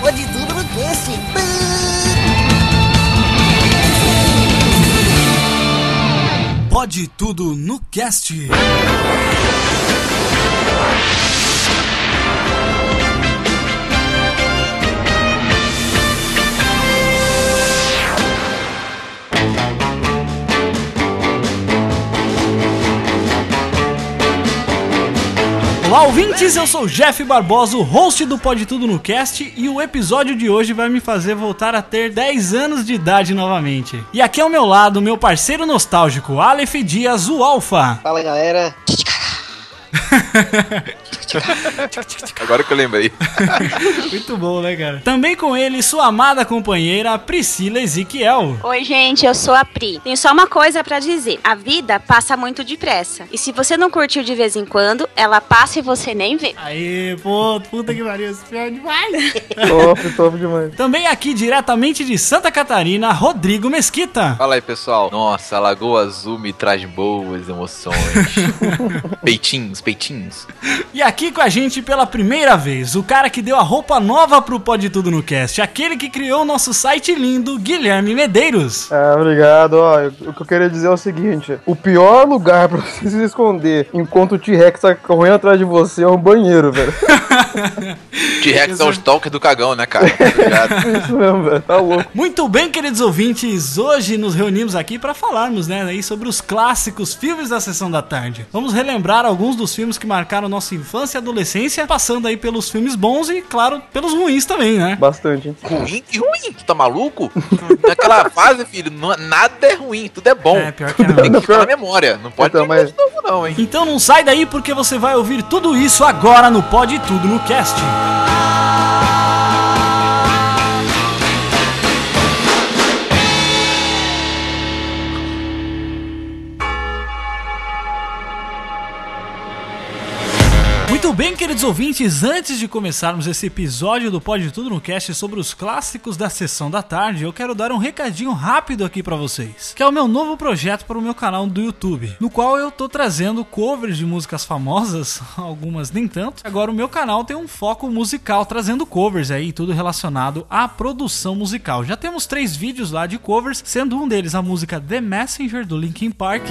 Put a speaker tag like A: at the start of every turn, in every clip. A: Pode Tudo no Cast.
B: Pode tudo no cast. Olá, ouvintes! Eu sou o Jeff Barbosa, o host do Pode Tudo no Cast, e o episódio de hoje vai me fazer voltar a ter 10 anos de idade novamente. E aqui ao meu lado, meu parceiro nostálgico, Aleph Dias, o Alfa.
A: Fala galera,
C: Agora que eu lembrei.
B: Muito bom, né, cara? Também com ele, sua amada companheira, Priscila Ezequiel.
D: Oi, gente, eu sou a Pri. Tenho só uma coisa pra dizer: a vida passa muito depressa. E se você não curtiu de vez em quando, ela passa e você nem vê.
B: Aê, pô, puta que pariu, esse pior é demais. top, top demais. Também aqui, diretamente de Santa Catarina, Rodrigo Mesquita.
C: Fala aí, pessoal. Nossa, a Lagoa Azul me traz boas emoções. peitinhos, peitinhos.
B: E aqui com a gente pela primeira vez, o cara que deu a roupa nova pro Pode Tudo no Cast, aquele que criou o nosso site lindo, Guilherme Medeiros.
E: Ah, obrigado. Ó, eu- o que eu queria dizer é o seguinte: o pior lugar pra você se esconder enquanto o T-Rex tá correndo atrás de você é um banheiro, velho.
C: T-Rex é o stalker do cagão, né, cara? Obrigado.
E: Isso mesmo, velho. Tá louco.
B: Muito bem, queridos ouvintes, hoje nos reunimos aqui para falarmos, né, aí sobre os clássicos filmes da sessão da tarde. Vamos relembrar alguns dos filmes que marcaram nossa infância e adolescência, passando aí pelos filmes bons e, claro, pelos ruins também, né?
E: Bastante, hein?
C: ruim? Que ruim? Tu tá maluco? Naquela fase, filho, não- nada é ruim, tudo é bom.
B: É, pior que não.
C: Tem que ficar na memória. Não pode
E: Então,
C: então,
E: mas-
C: de novo, não, hein?
B: Então não sai daí porque você vai ouvir tudo isso agora no Pode Tudo no Cast. Muito bem, queridos ouvintes, antes de começarmos esse episódio do Pode Tudo no Cast sobre os clássicos da sessão da tarde, eu quero dar um recadinho rápido aqui pra vocês, que é o meu novo projeto para o meu canal do YouTube, no qual eu tô trazendo covers de músicas famosas, algumas nem tanto. Agora o meu canal tem um foco musical, trazendo covers aí, tudo relacionado à produção musical. Já temos três vídeos lá de covers, sendo um deles a música The Messenger do Linkin Park.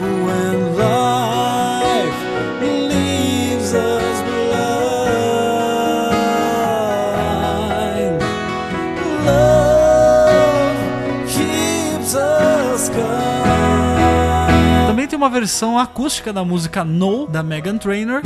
B: Também tem uma versão acústica da música No, da Megan Trainor.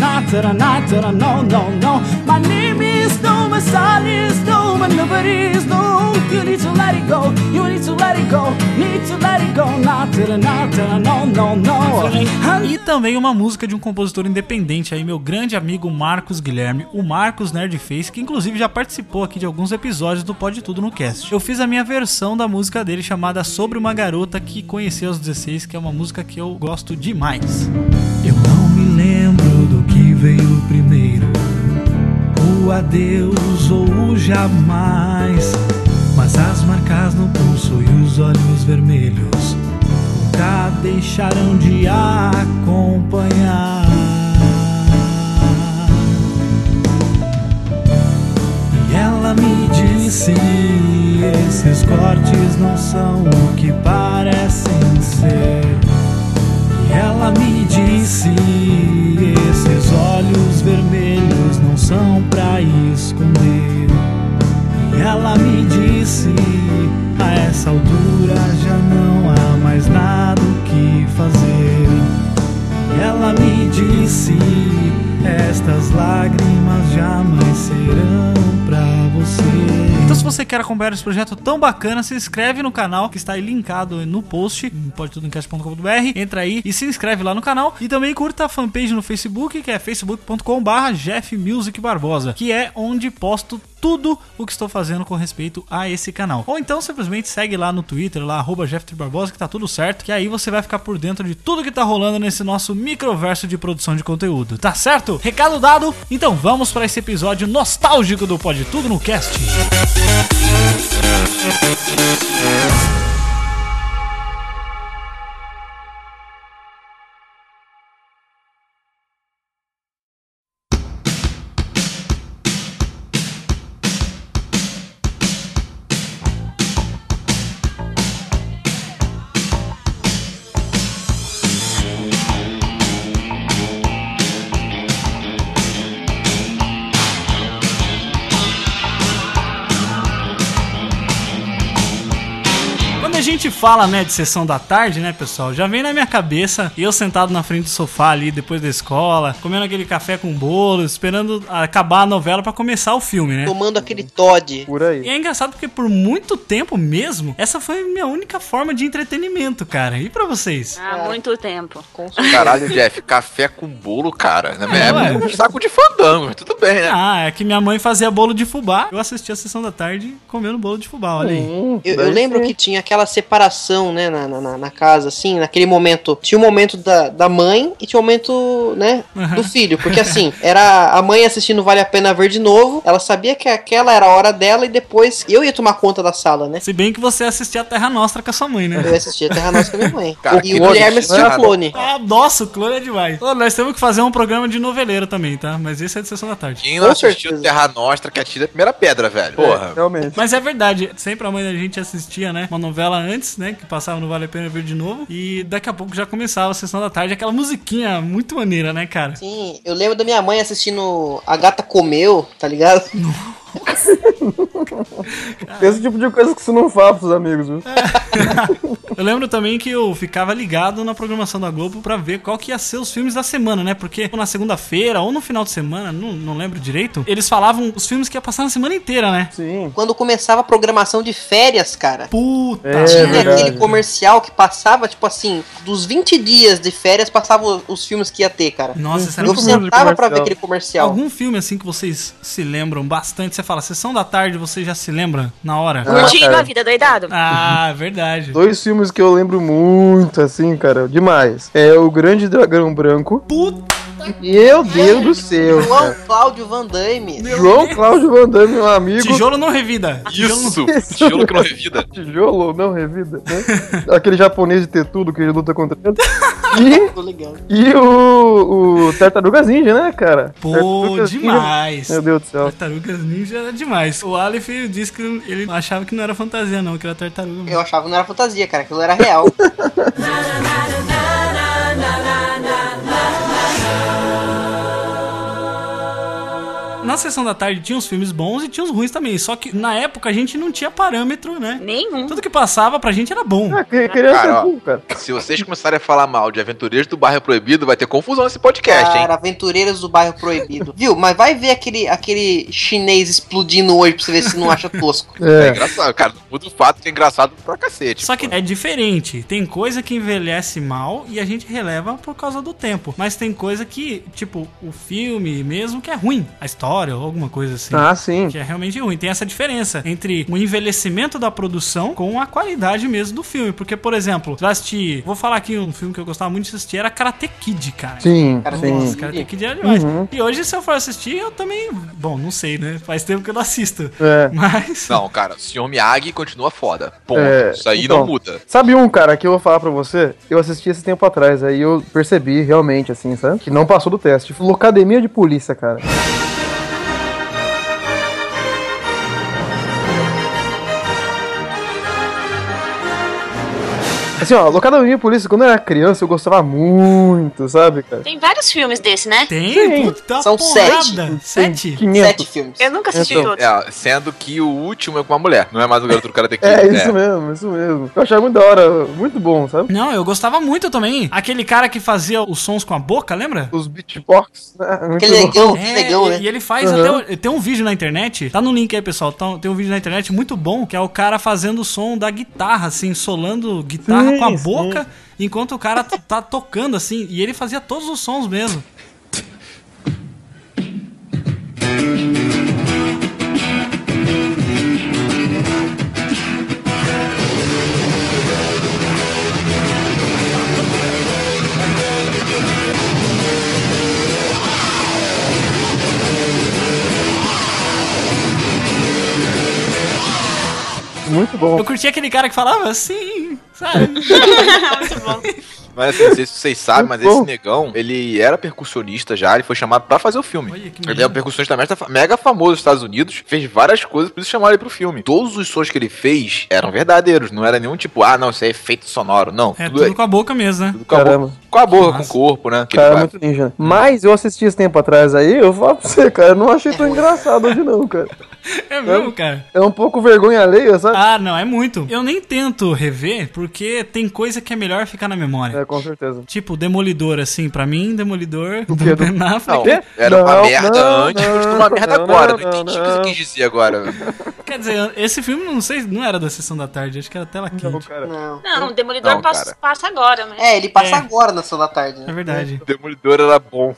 B: E também uma música de um compositor independente aí, meu grande amigo Marcos Guilherme, o Marcos Nerdface, que inclusive já participou aqui de alguns episódios do Pode Tudo no Cast. Eu fiz a minha versão da música dele chamada Sobre uma Garota que conheci aos 16, que é uma música que eu gosto demais. Eu não me lembro do que veio primeiro, o adeus ou o jamais, mas as marcas no pulso e os olhos vermelhos nunca deixarão de acompanhar. E ela me disse: esses cortes não são o que parecem ser. E ela me disse: esses olhos vermelhos não são pra esconder. E ela me disse: a essa altura já não há mais nada o que fazer. E ela me disse: estas lágrimas jamais serão pra você. Então, se você quer acompanhar esse projeto tão bacana, se inscreve no canal que está aí linkado no post, em podetudonecast.com.br. Entra aí e se inscreve lá no canal. E também curta a fanpage no Facebook, que é facebook.com/jeffmusicbarbosa, que é onde posto tudo o que estou fazendo com respeito a esse canal. Ou então simplesmente segue lá no Twitter, lá arroba Jeff Barbosa, que tá tudo certo, que aí você vai ficar por dentro de tudo que tá rolando nesse nosso microverso de produção de conteúdo, tá certo? Recado dado, então vamos para esse episódio nostálgico do Pode Tudo no Cast. Quando a gente fala, né, de sessão da tarde, né, pessoal, já vem na minha cabeça eu sentado na frente do sofá ali, depois da escola, comendo aquele café com bolo, esperando acabar a novela pra começar o filme, né?
A: Tomando aquele Todd.
E: Por
B: E
E: aí.
B: é engraçado porque por muito tempo mesmo, essa foi a minha única forma de entretenimento, cara. E pra vocês?
D: Há muito tempo.
C: Caralho, Jeff, café com bolo, cara. Na minha
B: É,
C: época
B: ué.
C: era um saco de fandango, mas tudo bem, né?
B: Ah, é que minha mãe fazia bolo de fubá. Eu assistia a sessão da tarde comendo bolo de fubá, olha aí.
E: Hum,
A: Eu, eu
E: daí
A: lembro
E: sim.
A: que tinha aquela separação, né, na, na- na, na casa, assim, naquele momento. Tinha o momento da, da mãe e tinha o momento, né, do filho. Porque assim, era a mãe assistindo Vale a Pena Ver de novo. Ela sabia que aquela era a hora dela e depois eu ia tomar conta da sala, né?
B: Se bem que você assistia a Terra Nostra com a sua mãe,
A: Eu
B: né?
A: ia assistir a Terra Nossa com a minha mãe.
C: Cara,
A: e
C: que
A: o Guilherme
C: nojo,
A: assistiu o
C: né?
A: clone.
B: Ah, nossa, o clone é demais. Ô, nós temos que fazer um programa de noveleiro também, tá? Mas esse é de sessão da tarde.
C: Quem não
A: Com
C: assistiu
A: certeza.
C: Terra Nostra que atira a primeira pedra, velho. Porra.
E: Realmente.
B: Mas é verdade, sempre a mãe da gente assistia, né? Uma novela antes, né? Que passava no Vale a Pena Ver de novo. E daqui a pouco já começava a sessão da tarde, aquela musiquinha muito maneira, né, cara?
A: Sim, eu lembro da minha mãe assistindo A Gata Comeu, tá ligado?
E: Esse tipo de coisa que você não fala pros amigos, viu?
B: Eu lembro também que eu ficava ligado na programação da Globo pra ver qual que ia ser os filmes da semana, né? Porque na segunda-feira ou no final de semana, não, não lembro direito, eles falavam os filmes que ia passar na semana inteira, né?
E: Sim.
A: Quando começava a programação de férias, cara.
B: Puta!
E: É,
A: Tinha
E: verdade.
A: aquele comercial que passava, tipo assim, dos 20 dias de férias, passava os, os filmes que ia ter, cara.
B: Nossa, isso era
A: Eu
E: Todo mundo de
A: sentava pra
E: comercial.
A: ver aquele comercial.
B: Algum filme assim que vocês se lembram bastante, você fala, sessão da tarde, você já se lembra na hora?
E: Ah,
D: Curtindo
E: cara.
D: a vida doidado.
B: Ah, é verdade.
E: Dois filmes que eu lembro muito, assim, cara, demais. É O Grande Dragão Branco.
B: Puta!
E: Meu Deus do céu, cara.
A: João Cláudio Van Damme.
E: João Cláudio Van Damme, meu amigo.
B: Tijolo não revida.
C: Isso! Estilo que não revida.
E: Tijolo, não revida, né? Aquele japonês de ter tudo que ele luta contra ele. E,
A: Tô ligado.
E: e o, o Tartarugas Ninja, né, cara?
B: Pô,
E: Tartarugas Ninja-
B: demais.
E: Meu Deus do céu.
B: Tartarugas Ninja era demais. O Aleph disse que ele achava que não era fantasia, não, que era tartaruga. mesmo.
A: Eu achava que não era fantasia, cara, aquilo era real.
B: Na sessão da tarde tinha os filmes bons e tinha os ruins também. Só que na época a gente não tinha parâmetro, né?
D: Nenhum.
B: Tudo que passava pra gente era bom.
E: Ah, que- Criança
C: Cara,
E: é
C: ó.
E: burro, cara.
C: Se vocês começarem a falar mal de Aventureiros do Bairro Proibido, vai ter confusão nesse
E: é,
C: podcast, hein?
A: Cara, Aventureiros do Bairro Proibido. Viu? Mas vai ver aquele, aquele chinês explodindo hoje pra você ver se não acha tosco.
C: É
E: É.
C: engraçado, cara. Muda o fato que é engraçado pra cacete.
B: Só que é diferente. Tem coisa que envelhece mal e a gente releva por causa do tempo. Mas tem coisa que, tipo, o filme mesmo que é ruim. A história ou alguma coisa assim.
E: Ah, sim.
B: Que é realmente ruim. Tem essa diferença entre o envelhecimento da produção com a qualidade mesmo do filme. Porque, por exemplo, você vai assistir. Vou falar aqui um filme que eu gostava muito de assistir era Karate Kid, cara.
E: Sim, Uhum.
A: Cara,
B: Nossa,
E: sim.
B: cara, tem que diário demais. E hoje, se eu for assistir, eu também. Bom, não sei, né? Faz tempo que eu não assisto.
E: É.
B: Mas.
C: Não, cara, o senhor Miyagi continua foda. Ponto.
E: É,
C: Isso aí
E: então.
C: não muda.
E: Sabe um, cara, que eu vou falar pra você? Eu assisti esse tempo atrás, aí eu percebi realmente, assim, sabe? Que não passou do teste. Locademia de Polícia, cara. Assim, ó, Locademia de Polícia, quando eu era criança, eu gostava muito, sabe, cara?
D: Tem vários filmes desse, né?
B: Tem,
E: Sim.
B: puta
A: São
B: porrada. Sete?
A: Sete
E: 500.
A: filmes.
D: Eu nunca assisti
E: Então,
D: todos.
C: É, sendo que o último é com uma mulher, não é mais o garoto do Karate Kid.
E: É, isso mesmo, isso mesmo. Eu achava muito da hora, muito bom, sabe?
B: Não, eu gostava muito também. Aquele cara que fazia os sons com a boca, lembra?
E: Os beatbox, né? Muito
A: Aquele
E: bom.
A: negão, aquele negão,
B: É, e-
A: né?
B: E ele faz
E: Uhum.
B: até. o- Tem um vídeo na internet, tá no link aí, pessoal. tá- tem um vídeo na internet muito bom, que é o cara fazendo o som da guitarra, assim, solando guitarra
E: Sim,
B: com a
E: sim.
B: boca, enquanto o cara t- tá tocando, assim. E ele fazia todos os sons mesmo.
E: Muito bom.
B: Eu curti aquele cara que falava assim, sabe?
D: Muito bom.
C: Mas assim, não sei se vocês sabem, mas esse
E: Bom.
C: negão, ele era percussionista já, ele foi chamado pra fazer o filme.
B: Olha que
C: Ele é um percussionista mega fa- mega famoso nos Estados Unidos, fez várias coisas, por isso chamaram ele pro filme. Todos os sons que ele fez eram verdadeiros, não era nenhum tipo, ah, não, isso é efeito sonoro, não.
B: É tudo com a boca mesmo, né?
C: tudo com a boca,
E: Caramba.
C: com, a boca, com
B: Massa.
C: o corpo, né? Que
E: Cara, é
C: ele-
E: muito ninja. né? Mas eu assisti esse tempo atrás aí, eu falo pra você, cara, eu não achei tão engraçado hoje não, cara.
B: É mesmo, cara.
E: É um pouco vergonha alheia, sabe?
B: Ah, não, é muito. Eu nem tento rever, porque tem coisa que é melhor ficar na memória.
E: É, com certeza.
B: Tipo, Demolidor, assim, pra mim, Demolidor do
E: quê? Do-
B: Ben
C: Não,
B: Affleck.
C: era uma
E: Não,
C: merda
E: não,
C: antes,
E: não,
C: costuma uma merda
E: não,
C: agora. Não
E: não,
C: entendi o que você
E: não.
C: quis dizer agora.
B: Quer dizer, esse filme, não sei, não era da Sessão da Tarde, acho que era Tela Quente.
E: Não, Tipo, cara.
A: Não.
D: Não, o Demolidor
C: Não,
D: passa,
C: cara.
D: passa agora, né?
A: É, ele passa
B: É.
A: agora na sessão da tarde,
B: É
A: né?
B: verdade.
C: Demolidor era bom.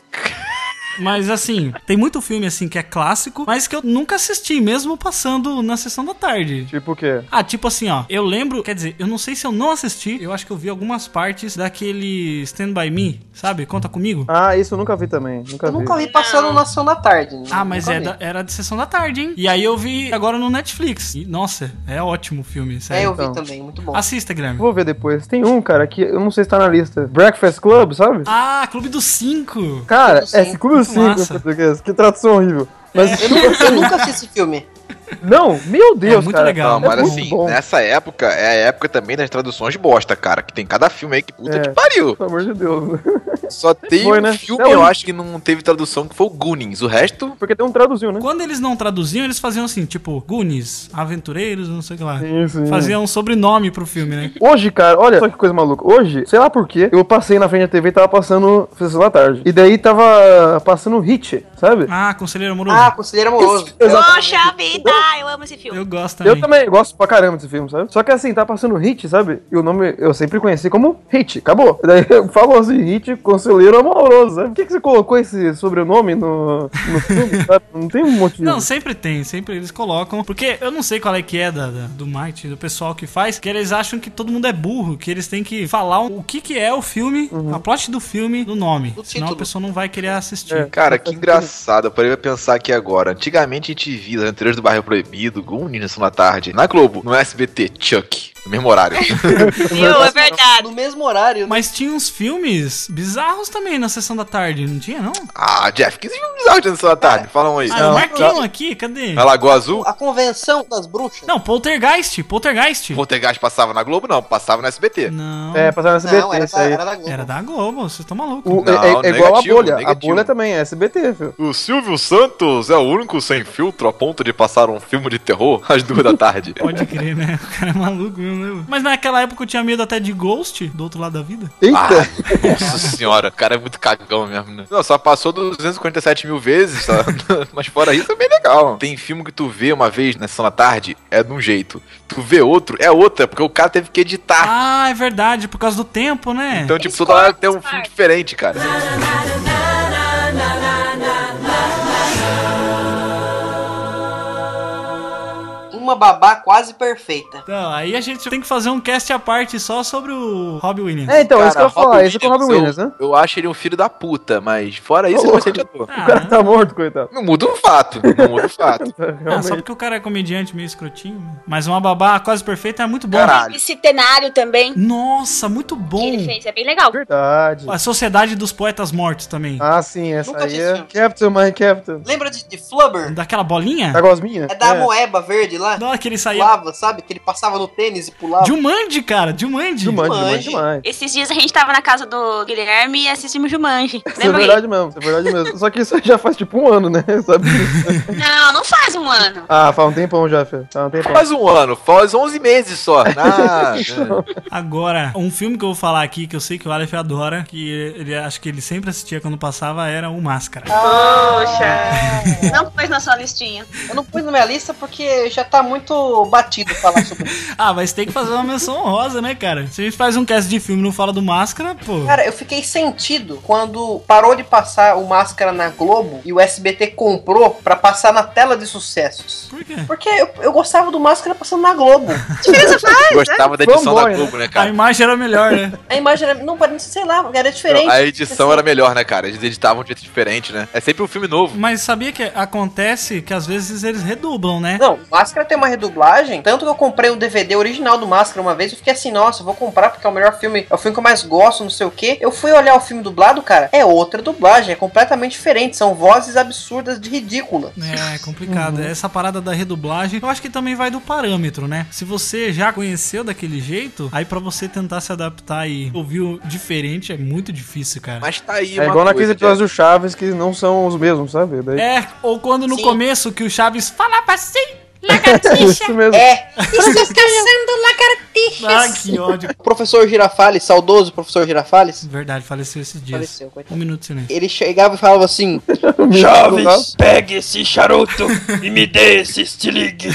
B: Mas assim, tem muito filme assim que é clássico, mas que eu nunca assisti, mesmo passando na sessão da tarde.
E: Tipo o quê?
B: Ah, tipo assim, ó. Eu lembro, quer dizer, eu não sei se eu não assisti, eu acho que eu vi algumas partes daquele Stand By Me, sabe? Conta comigo.
E: Ah, isso eu nunca vi também. Nunca
A: Eu
E: vi.
A: nunca vi passando na sessão da tarde. né?
B: Ah, mas
A: Nunca
B: é
A: vi.
B: da- era de sessão da tarde, hein? E aí eu vi agora no Netflix. E, nossa, é ótimo o filme,
A: É,
B: sério.
A: eu vi
E: então.
A: também, muito bom.
B: Assista, Guilherme.
E: Vou ver depois. Tem um, cara, que eu não sei se tá na lista. Breakfast Club, sabe?
B: Ah, Clube dos Cinco!
E: Cara,
A: Clube do
E: é
A: Cinco.
E: Clube
B: Muito
E: 5
B: massa. É.
E: em português. Que tradução horrível. Mas, tipo,
A: Eu, nunca, eu nunca assisti esse filme.
E: não, meu Deus,
B: muito
E: cara.
B: legal.
C: Não, mas
E: é muito
C: assim,
E: bom.
C: nessa época, é a época também das traduções de bosta, cara. Que tem cada filme aí que puta
E: É.
C: que pariu.
E: Pelo amor de Deus.
C: Só tem
E: Foi,
C: um
E: né?
C: filme,
E: Não,
C: eu
E: hein?
C: acho que não teve tradução, que foi o Goonies. O resto,
E: Porque tem um traduziu, né?
B: Quando eles não traduziam, eles faziam assim, tipo, Goonies, Aventureiros, não sei o que lá.
E: Sim, sim.
B: Faziam um sobrenome pro filme, né?
E: Hoje, cara, olha só que coisa maluca. Hoje, sei lá por quê, eu passei na frente da TV e tava passando sessão da tarde. E daí tava passando hit, sabe?
B: Ah, Conselheiro Amoroso.
A: Ah, Conselheiro Amoroso.
D: Poxa vida, eu amo esse filme.
B: eu gosto também.
E: Eu também gosto pra caramba desse filme, sabe? Só que assim, tá passando hit, sabe? E o nome eu sempre conheci como Hit, acabou. E Daí eu falo assim, Hit, conselheiro amoroso, sabe? Por que, que você colocou esse sobrenome no, no filme, sabe? Não tem um motivo.
B: Não, sempre tem, sempre eles colocam. Porque eu não sei qual é que é da, da- do marketing, do pessoal que faz, que eles acham que todo mundo é burro, que eles têm que falar o que, que é o filme,
E: Uhum.
B: a plot do filme, no nome.
A: Do
B: senão a
A: título.
B: pessoa não vai querer assistir.
E: É.
C: cara, que engraçado. Eu parei pra pensar aqui agora. Antigamente a gente via as anteriores do Bairro Proibido, Goonies na Sessão da Tarde, na Globo, no SBT, Chuck, no mesmo horário.
D: Viu? É verdade.
A: No mesmo horário.
B: Mas tinha uns filmes bizarros também na sessão da tarde, não tinha, não?
C: ah, Jeff, que filme bizarro de Sessão da Tarde? Falam aí.
B: Ah,
E: Não.
B: marquei um aqui, cadê?
C: Na Lagoa Azul?
A: A convenção das bruxas.
B: Não, Poltergeist, Poltergeist.
C: O Poltergeist passava na Globo? Não, passava no SBT.
B: Não,
E: É, passar no SBT,
A: Não, era
E: isso
A: da,
E: aí.
A: era da Globo.
B: era da Globo, vocês estão malucos.
E: O- é-
C: Não,
E: é, é igual a
C: negativo,
E: bolha. A
C: negativo.
E: bolha também é SBT, filho.
C: O Silvio Santos é o único sem filtro a ponto de passar um filme de terror às duas da tarde.
B: Pode crer, né? O cara é maluco mesmo. né? Mas naquela época eu tinha medo até de Ghost, do outro lado da vida.
E: Eita!
C: Ah, Nossa senhora, o cara é muito cagão mesmo, né? Então. Não, só passou 247 mil vezes, tá? mas fora isso é bem legal. Tem filme que tu vê uma vez na sessão da tarde, é de um jeito. Tu vê outro, é outra, porque o cara teve que editar.
B: Ah, é verdade, por causa do tempo, né?
C: então, tipo, toda hora tem um filme diferente, cara.
A: Uma babá quase perfeita.
B: Então, aí a gente tem que fazer um cast à parte só sobre o Robbie Williams.
E: É, então,
C: Cara,
E: isso que eu ia falar.
C: Robin
E: Esse é com o Robin
C: Williams,
E: Williams,
C: eu-
E: né?
C: Eu acho ele um filho da puta, mas fora isso,
E: Ô,
C: ele vai
E: louco.
C: ser editor.
B: Ah,
E: O cara tá morto, coitado.
C: Não muda o fato, não muda o fato.
B: Ah, só
E: Realmente.
B: porque o cara é comediante meio escrotinho. né? Mas uma babá quase perfeita é muito bom.
C: Caralho.
D: Esse cenário também
B: Nossa, muito
D: que
B: bom.
D: ele fez, é bem legal.
E: Verdade.
B: A Sociedade dos Poetas Mortos também.
E: Ah, sim, essa
A: Nunca
E: aí
A: vi
E: é.
A: esse filme.
E: Captain, my Captain.
A: Lembra de, de Flubber?
B: Daquela bolinha?
E: Tá gosminha?
A: É da moeba verde lá.
B: Não, que ele saía.
A: Pulava, sabe? Que ele passava no tênis e pulava.
B: Jumanji, cara, Jumanji.
E: Demais, demais,
A: Jumanji.
E: demais.
D: Esses dias a gente tava na casa do Guilherme e assistimos Jumanji.
E: Isso é
D: Lembra
E: verdade mesmo, isso é verdade mesmo. Só que isso aí já faz tipo um ano, né? Sabe?
D: aí? Não, não faz um ano.
E: Ah, faz um tempão já, filho. Faz um tempão.
C: Faz um ano, faz 11 meses só. Ah,
B: Agora, um filme que eu vou falar aqui, que eu sei que o Aleph adora, que ele acho que ele sempre assistia quando passava, era o Máscara.
D: Poxa. Não pôs na sua listinha.
A: Eu não pus na minha lista porque já tá muito batido falar sobre isso.
B: Ah, mas tem que fazer uma menção honrosa, né, cara? Se a gente faz um cast de filme e não fala do Máscara, pô.
A: Cara, eu fiquei sentido quando parou de passar o Máscara na Globo e o SBT comprou pra passar na tela de sucessos.
B: Por quê?
A: Porque eu, eu gostava do Máscara passando na Globo.
C: gostava da edição da
E: Fanboy, né?
C: Globo, né,
B: A
C: cara?
B: imagem era melhor, né?
A: A imagem era, não parece, sei lá, era diferente. Assim.
C: Não, a edição era melhor, né, cara? Eles editavam de jeito diferente, né? É sempre um filme novo.
B: Mas sabia que acontece que às vezes eles redublam, né?
A: Não, Máscara tem uma uma redublagem. Tanto que eu comprei um o DVD original do Máscara uma vez. Eu fiquei assim, nossa, eu vou comprar porque é o melhor filme, é o filme que eu mais gosto, não sei o quê. Eu fui olhar o filme dublado, cara. É outra dublagem, é completamente diferente. São vozes absurdas de ridícula.
B: É, é complicado.
A: Uhum.
B: Essa parada da redublagem, eu acho que também vai do parâmetro, né? Se você já conheceu daquele jeito, aí pra você tentar se adaptar e ouvir o diferente é muito difícil, cara.
C: Mas tá aí,
E: É
C: uma
E: igual naqueles
C: coisa,
E: episódios do Chaves que não são os mesmos, sabe? Daí...
B: É, ou quando no
A: Sim.
B: começo que o Chaves falava assim.
E: isso mesmo.
A: É,
B: Ah, que ódio.
A: o professor Girafales, saudoso professor Girafales.
B: Verdade, faleceu esses dias.
A: Faleceu, coitado.
B: Um minuto de silêncio.
A: Ele chegava e falava assim:
E: tá
F: Chaves, pegue esse charuto e me dê esse estilingue.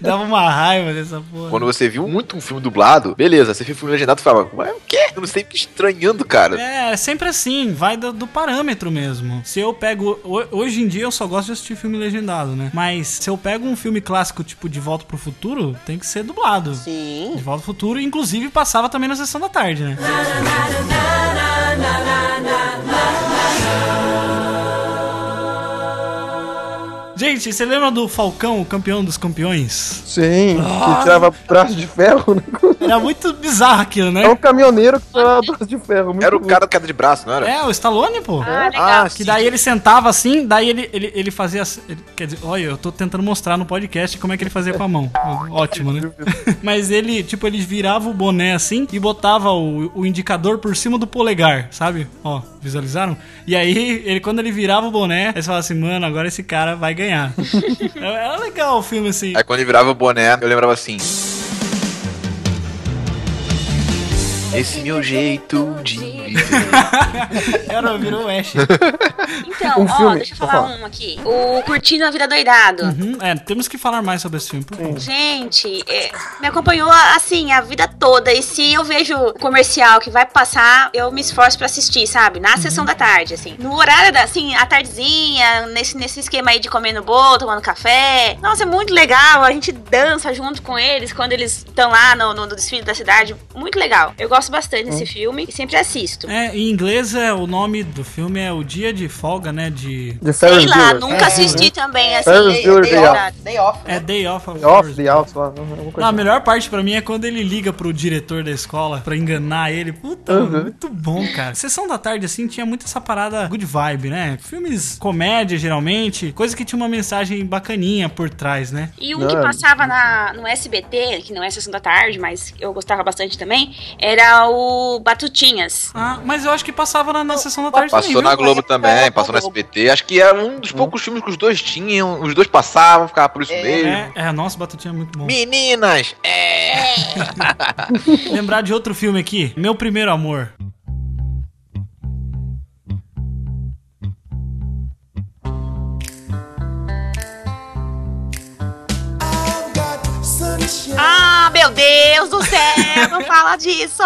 B: Dava uma raiva dessa porra.
C: Quando você viu muito um filme dublado, beleza, você viu o filme legendado e falava, mas o quê? Eu não sei, fica estranhando, cara.
B: É, é sempre assim, vai do, do parâmetro mesmo. Se eu pego. ho- Hoje em dia eu só gosto de assistir filme legendado, né? Mas se eu pego um filme clássico, tipo De Volta pro Futuro, tem que ser dublado.
A: Sim.
B: De Volta pro Futuro, inclusive passava também na sessão da tarde, né? Gente, você lembra do Falcão, o campeão dos campeões?
E: Sim, que tirava braço de ferro, né?
B: Era muito bizarro aquilo,
E: É um
B: né?
E: caminhoneiro que tirava braço de ferro. É muito
C: Era o
E: louco.
C: cara da queda de braço, não era?
B: É, o Stallone, pô.
D: Ah, legal.
C: Ah,
B: Que
C: sim.
B: daí ele sentava assim, daí ele, ele, ele fazia. assim- ele- quer dizer, olha, eu tô tentando mostrar no podcast como é que ele fazia com a mão. Ótimo, né? Mas ele, tipo, ele virava o boné assim e botava o, o indicador por cima do polegar, sabe? Ó, visualizaram? E aí, ele, quando ele virava o boné, aí você falava assim, mano, agora esse cara vai ganhar. Era era legal o filme assim.
C: Aí quando ele virava o boné, eu lembrava assim. Esse meu jeito de viver.
B: Era, virou um o Ash.
D: Então,
E: Um
D: ó,
E: filme,
D: deixa eu
E: só
D: falar
E: fala.
D: um aqui. O Curtindo a Vida Doidado.
B: Uhum, é, temos que falar mais sobre esse filme. por favor.
D: Gente, é, me acompanhou assim a vida toda. E se eu vejo o comercial que vai passar, eu me esforço pra assistir, sabe? Na
E: Uhum.
D: sessão da tarde, assim. No horário da, assim, à tardezinha, nesse, nesse esquema aí de comer no bolo, tomando café. Nossa, é muito legal. A gente dança junto com eles quando eles estão lá no, no- no desfile da cidade. Muito legal. Eu gosto bastante
E: Uhum.
D: desse filme e sempre assisto.
B: É, em inglês é, o nome do filme é O Dia de Folga, né? De
E: De
D: Sei
E: Ferris
D: lá,
E: Bueller.
D: nunca assisti
E: É.
D: também,
A: é
D: assim.
E: Ferris
A: Day,
E: Bueller
A: day
E: Day
A: off. Day off.
B: É Day Off of
E: Off
B: Thursday.
E: the Out, sei lá. alguma
B: Não,
E: coisa assim.
B: a melhor parte pra mim é quando ele liga pro diretor da escola pra enganar ele. Puta, mano, muito bom, cara. Sessão da tarde, assim, tinha muito essa parada good vibe, né? Filmes comédia, geralmente, coisa que tinha uma mensagem bacaninha por trás, né?
D: E um
E: Não,
D: que
E: é-
D: passava na, no SBT, que não é Sessão da Tarde, mas eu gostava bastante também, era o Batutinhas.
B: Ah, mas eu acho que passava na, na sessão da tarde
C: Passou
B: também,
C: na
B: viu?
C: Globo também, passou no SBT. Acho que era um dos poucos filmes que os dois tinham. Os dois passavam, ficava por isso mesmo.
B: É, é, nossa, Batutinha é muito bom.
C: Meninas! É!
B: Lembrar de outro filme aqui, Meu Primeiro Amor.
D: Ah, meu Deus do céu, não fala disso!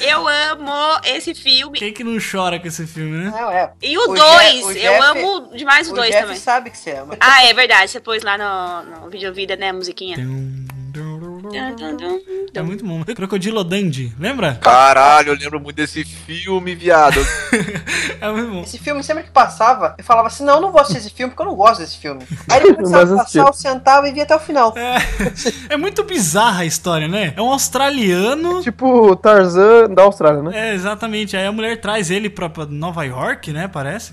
D: Eu amo esse filme.
B: Quem que não chora com esse filme, né?
A: Não, é.
D: E o
A: O
D: 2,
A: Jeff- o
D: eu
A: Jeff-
D: amo demais o
A: O
D: 2
A: Jeff
D: também.
A: sabe que você ama.
D: Ah, é verdade, você pôs lá no, no vídeo vida, né, a musiquinha.
B: um- É muito bom. Crocodilo Dandy, lembra?
C: Caralho, eu lembro muito desse filme, viado.
B: É muito bom.
A: Esse filme, sempre que passava, eu falava assim: não, não vou assistir esse filme porque eu não gosto desse filme. Aí ele começava
E: Mas
A: a passar, eu sentava e via até o final.
B: É muito bizarra a história, né? É um australiano.
E: Tipo Tarzan da Austrália, né?
B: É, exatamente. Aí a mulher traz ele pra, pra Nova York, né? Parece.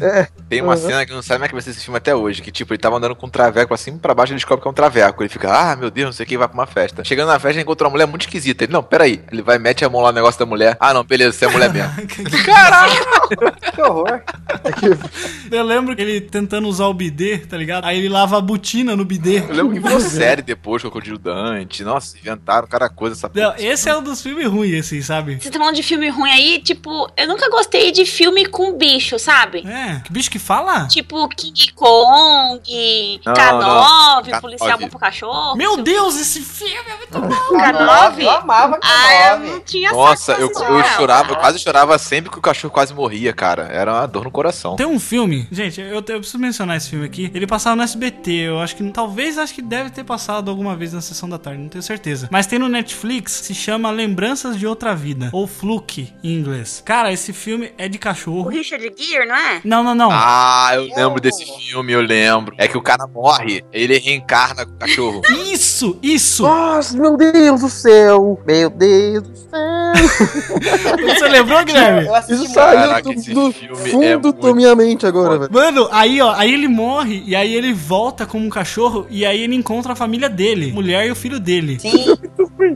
C: Tem uma cena que não sabe como é que vai ser esse filme até hoje. Que tipo, ele tava andando com um traveco pra cima e pra baixo, ele descobre que é um traveco. Ele fica, ah, meu Deus, não sei o que, vai pra uma festa. Chegando na festa, ele encontra uma mulher muito esquisita. Ele, não, peraí. Ele vai, mete a mão lá no negócio da mulher. Ah, não, beleza, você é mulher mesmo.
B: É.
A: Que horror.
B: Eu lembro que ele tentando usar o bidê, tá ligado? Aí ele lava a botina no bidê.
C: Eu lembro que virou série depois, Crocodilo Dante. Nossa, inventaram cada coisa essa
B: Não,
C: porra.
B: esse é um dos filmes ruins, assim, sabe?
D: Você tá falando de filme ruim aí, tipo, eu nunca gostei de filme com bicho, sabe?
B: É. Que bicho que fala?
D: Tipo King Kong,
C: Não,
D: K9,
C: não.
D: Policial
C: K9.
D: Bom pro Cachorro.
B: Meu Deus, esse filme é muito bom.
D: K9?
A: Ah, Eu amava
D: Ah, eu
A: K9.
D: não
B: é
D: tinha saco
C: Nossa,
D: pra
C: eu,
D: assistir,
C: eu
D: não.
C: chorava, eu quase chorava sempre que o cachorro quase morria, cara. Era uma dor no coração.
B: Tem um filme, gente, eu, te- eu preciso mencionar esse filme aqui. Ele passava no SBT, eu acho que talvez acho que deve ter passado alguma vez na sessão da tarde, não tenho certeza. Mas tem no Netflix, se chama Lembranças de Outra Vida, ou Fluke em inglês. Cara, esse filme é de
D: O
B: cachorro.
D: Richard Gere, não é?
B: Não, não, não.
C: Ah, eu lembro desse filme, eu lembro. É que o cara morre, ele reencarna com o cachorro.
B: Isso, isso.
E: Nossa, meu Deus do céu! Meu Deus do céu!
B: Você lembrou, Guilherme?
A: Eu assisti
E: Isso
A: muito.
E: saiu
C: Caraca,
E: do,
C: esse
E: do
C: filme
E: fundo
C: é
E: da
C: muito
E: minha mente agora, velho.
B: Mano, aí ó, aí ele morre e aí ele volta como um cachorro e aí ele encontra a família dele, mulher e o filho dele.
A: Sim,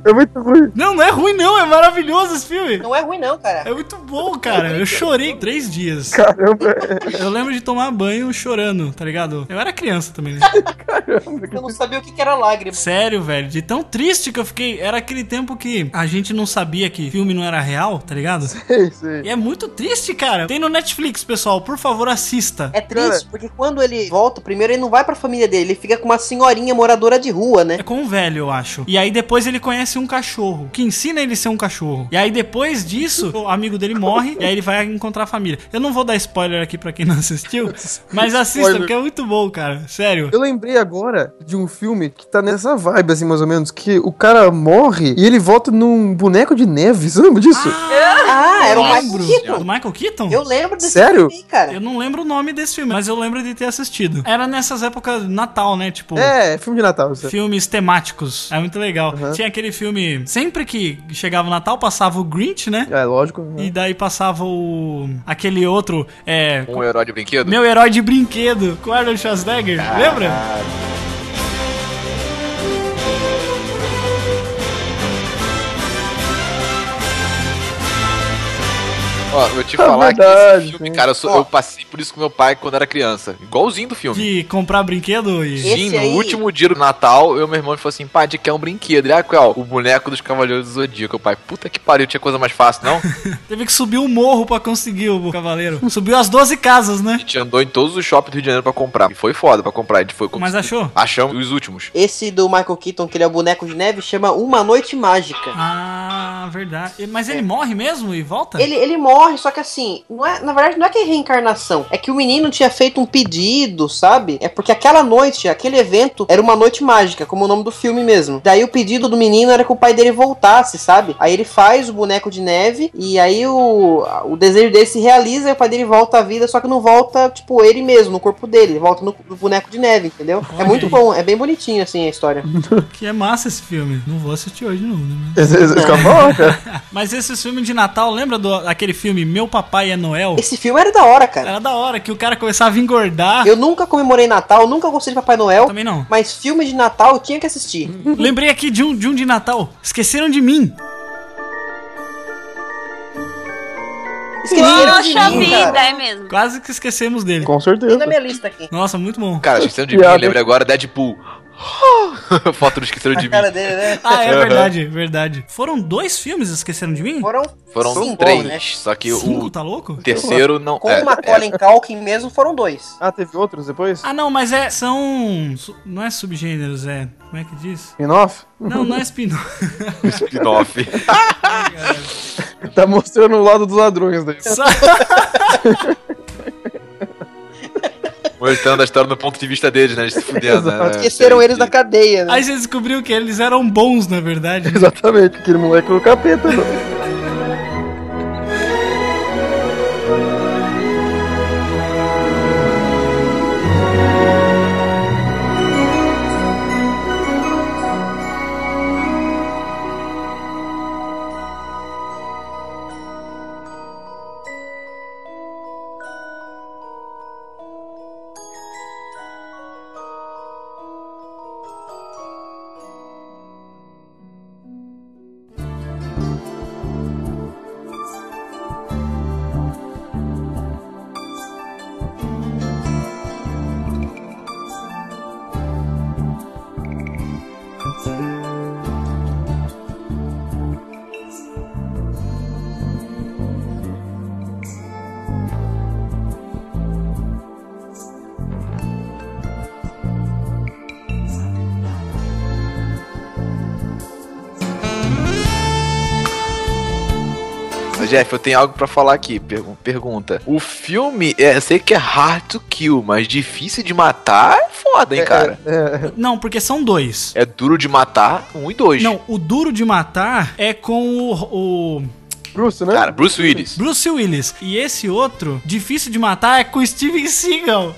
E: É muito ruim.
B: Não, não é ruim não, é maravilhoso esse filme.
A: não é ruim não, cara.
B: É muito bom, cara. Eu chorei três dias.
E: Caramba,
B: Eu lembro de tomar banho chorando, tá ligado? Eu era criança também. né?
A: Eu não sabia o que que era lágrima.
B: Sério, velho. De tão triste que eu fiquei. Era aquele tempo que a gente não sabia que filme não era real, tá ligado?
E: é isso aí.
B: E é muito triste, cara. Tem no Netflix, pessoal. Por favor, assista.
A: É triste, porque quando ele volta, primeiro ele não vai pra família dele, ele fica com uma senhorinha moradora de rua, né?
B: É com um velho, eu acho. E aí depois ele conhece um cachorro, que ensina ele a ser um cachorro. E aí depois disso, o amigo dele morre e aí ele vai encontrar a família. Eu não vou dar spoiler aqui pra quem não assistiu, mas assista,
E: Spoiler.
B: porque é muito bom, cara. Sério.
E: Eu lembrei agora de um filme que tá nessa vibe, assim, mais ou menos, que o cara morre e ele volta num boneco de neve, você lembra disso?
A: Ah, era o Michael
B: Lembro. Do
A: Keaton.
B: Michael Keaton?
A: Eu lembro desse
E: Sério?
A: filme aí, cara.
B: Eu não lembro o nome desse filme, mas eu lembro de ter assistido. Era nessas épocas Natal, né?
C: Ah.
B: Tipo.
E: É, filme de Natal, você.
B: Filmes temáticos. É muito legal.
E: Uhum.
B: Tinha aquele filme. Sempre que chegava o Natal, passava o Grinch, né?
E: É, lógico.
B: E daí passava o. aquele outro. É.
C: Um herói de brinquedo?
B: Meu herói de brinquedo, com Arnold Schwarzenegger, lembra?
C: Ó, eu te
E: É
C: falar que
E: verdade,
C: esse filme,
E: sim.
C: cara, eu, sou-
A: Ó.
C: eu passei por isso com meu pai quando era criança. Igualzinho do filme.
B: De comprar brinquedo e.
A: Esse
C: Sim, no
A: aí-
C: último dia do Natal, eu e meu irmão falou assim: pá, de que é um brinquedo. Ele, ah, qual? O boneco dos Cavaleiros do Zodíaco. Meu pai, puta que pariu, tinha coisa mais fácil, não? a
B: Teve que subir o morro pra conseguir o cavaleiro. Subiu as 12 casas, né?
C: gente andou em todos os shoppings do Rio de Janeiro pra comprar. E foi foda pra comprar. A gente foi com-
B: Mas achou?
C: Achamos os últimos.
A: Esse do Michael Keaton, que ele é o boneco de neve, chama Uma Noite Mágica.
B: Ah, verdade. E- Mas ele morre mesmo e volta?
A: Ele, ele morre, só que assim, não é, na verdade não é que é reencarnação, é que o menino tinha feito um pedido, sabe? É porque aquela noite, aquele evento, era uma noite mágica, como o nome do filme mesmo. Daí o pedido do menino era que o pai dele voltasse, sabe? Aí ele faz o boneco de neve e aí o, o desejo dele se realiza e o pai dele volta à vida, só que não volta, tipo, ele mesmo, no corpo dele, ele volta no, no boneco de neve, entendeu?
B: Olha
A: É muito
B: aí.
A: bom, é bem bonitinho assim a história.
B: Que é massa esse filme. Não vou assistir hoje, não. Né?
E: Esse, esse, esse acabou, cara.
B: Mas esse filme de Natal, lembra do aquele filme Meu Papai é Noel?
A: Esse filme era da hora, cara.
B: Era da hora que o cara começava a engordar.
A: Eu nunca comemorei Natal, nunca gostei de Papai Noel.
B: Ah. Também Hum. não.
A: Mas filme de Natal eu tinha que assistir.
B: Lembrei aqui de um, de um de Natal. Esqueceram de mim.
A: Esqueceram
D: Poxa
A: de mim,
D: vida,
A: cara.
D: é mesmo.
B: Quase que esquecemos dele.
E: Com
A: Tem
E: certeza.
A: na minha lista aqui.
B: Nossa, muito bom.
C: Cara, esqueceram de mim,
E: Piada.
C: lembrei agora, Deadpool. Foto do esqueceram de
A: A
C: mim.
A: cara dele, né?
B: Ah, é verdade, verdade. Foram dois filmes Esqueceram de Mim?
A: Foram,
C: Foram
A: cinco,
C: três,
A: né?
C: só que
B: Cinco,
C: o
B: tá louco?
C: terceiro não.
A: Com
C: é,
A: o Macaulay Culkin mesmo, foram dois.
E: Ah, teve outros depois?
B: Ah, não, mas é. São. su- Não é subgêneros, é. Como é que diz?
E: Spin-off?
B: Não, não é spin-off.
C: é, spin-off.
E: Tá mostrando o lado dos ladrões daí.
B: Só-
C: Mostrando a história do ponto de vista deles, né? Eles se fudendo. né?
A: Esqueceram
C: É,
A: eles da cadeia, né?
B: Aí você descobriu que eles eram bons, na verdade.
E: Exatamente, aquele moleque é o capeta. não.
C: Jeff, eu tenho algo pra falar aqui. Pergu- Pergunta. O filme, é, eu sei que é hard to kill, mas difícil de matar é foda, hein, cara?
E: é,
B: Não, porque são dois.
C: É duro de matar, um e dois.
B: Não, o Duro de Matar é com o, o
E: Bruce, né?
C: Cara, Bruce Willis.
B: Bruce Willis. E esse outro, Difícil de Matar, é com o Steven Seagal.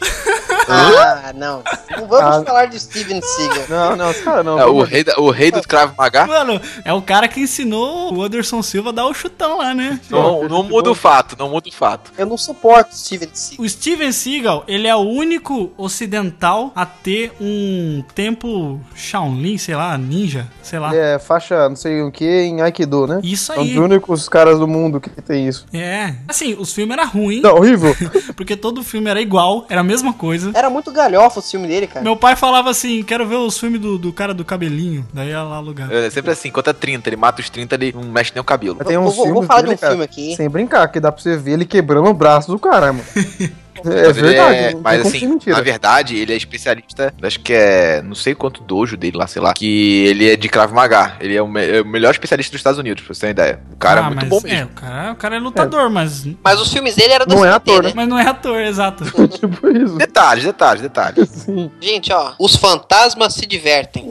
A: Ah, não. Não vamos falar de Steven Seagal.
E: Não, não, esse cara não.
C: É, o, rei da- o rei do Krav Maga.
B: Mano, é o cara que ensinou o Anderson Silva a dar o chutão lá, né?
C: Não, não muda o fato, não muda o fato.
A: Eu não suporto Steven Seagal.
B: O Steven Seagal, ele é o único ocidental a ter um tempo Shaolin, sei lá, ninja, sei lá.
E: Ele é faixa não sei o que em Aikido, né?
B: Isso
E: É um dos
B: aí.
E: únicos caras do mundo que tem isso.
B: É. Assim, os filmes eram ruins,
E: Não, horrível.
B: porque todo filme era igual, era a mesma coisa.
A: Era muito galhofa o filme dele, cara.
B: Meu pai falava assim, quero ver os filmes do, do cara do cabelinho. Daí ia lá alugar.
C: É sempre assim, conta 30, ele mata os 30, ele não mexe nem o cabelo.
E: Mas Tem
A: Vou-
E: uns
A: vou- vou
E: filmes
A: falar
E: dele,
A: de um
E: cara,
A: filme aqui.
E: Sem brincar, que dá pra você ver ele quebrando o braço do cara, mano. É
C: Mas ele
E: verdade.
C: é-
E: não tem
C: mas
E: como ser
C: assim,
E: mentira.
C: na verdade, ele é especialista, acho que é, não sei quanto dojo dele lá, sei lá, que ele é de Krav Maga. Ele é o, me- é o melhor especialista dos Estados Unidos, pra você ter uma ideia. O cara é muito
B: mas,
C: bom mesmo.
B: É, o cara, o cara é lutador, mas,
A: Mas os filmes dele eram do
E: Não é
A: SBT,
E: ator,
A: né?
B: mas não é ator, exato.
E: tipo isso.
C: Detalhes, detalhes, detalhes.
A: Gente, ó, os fantasmas se divertem.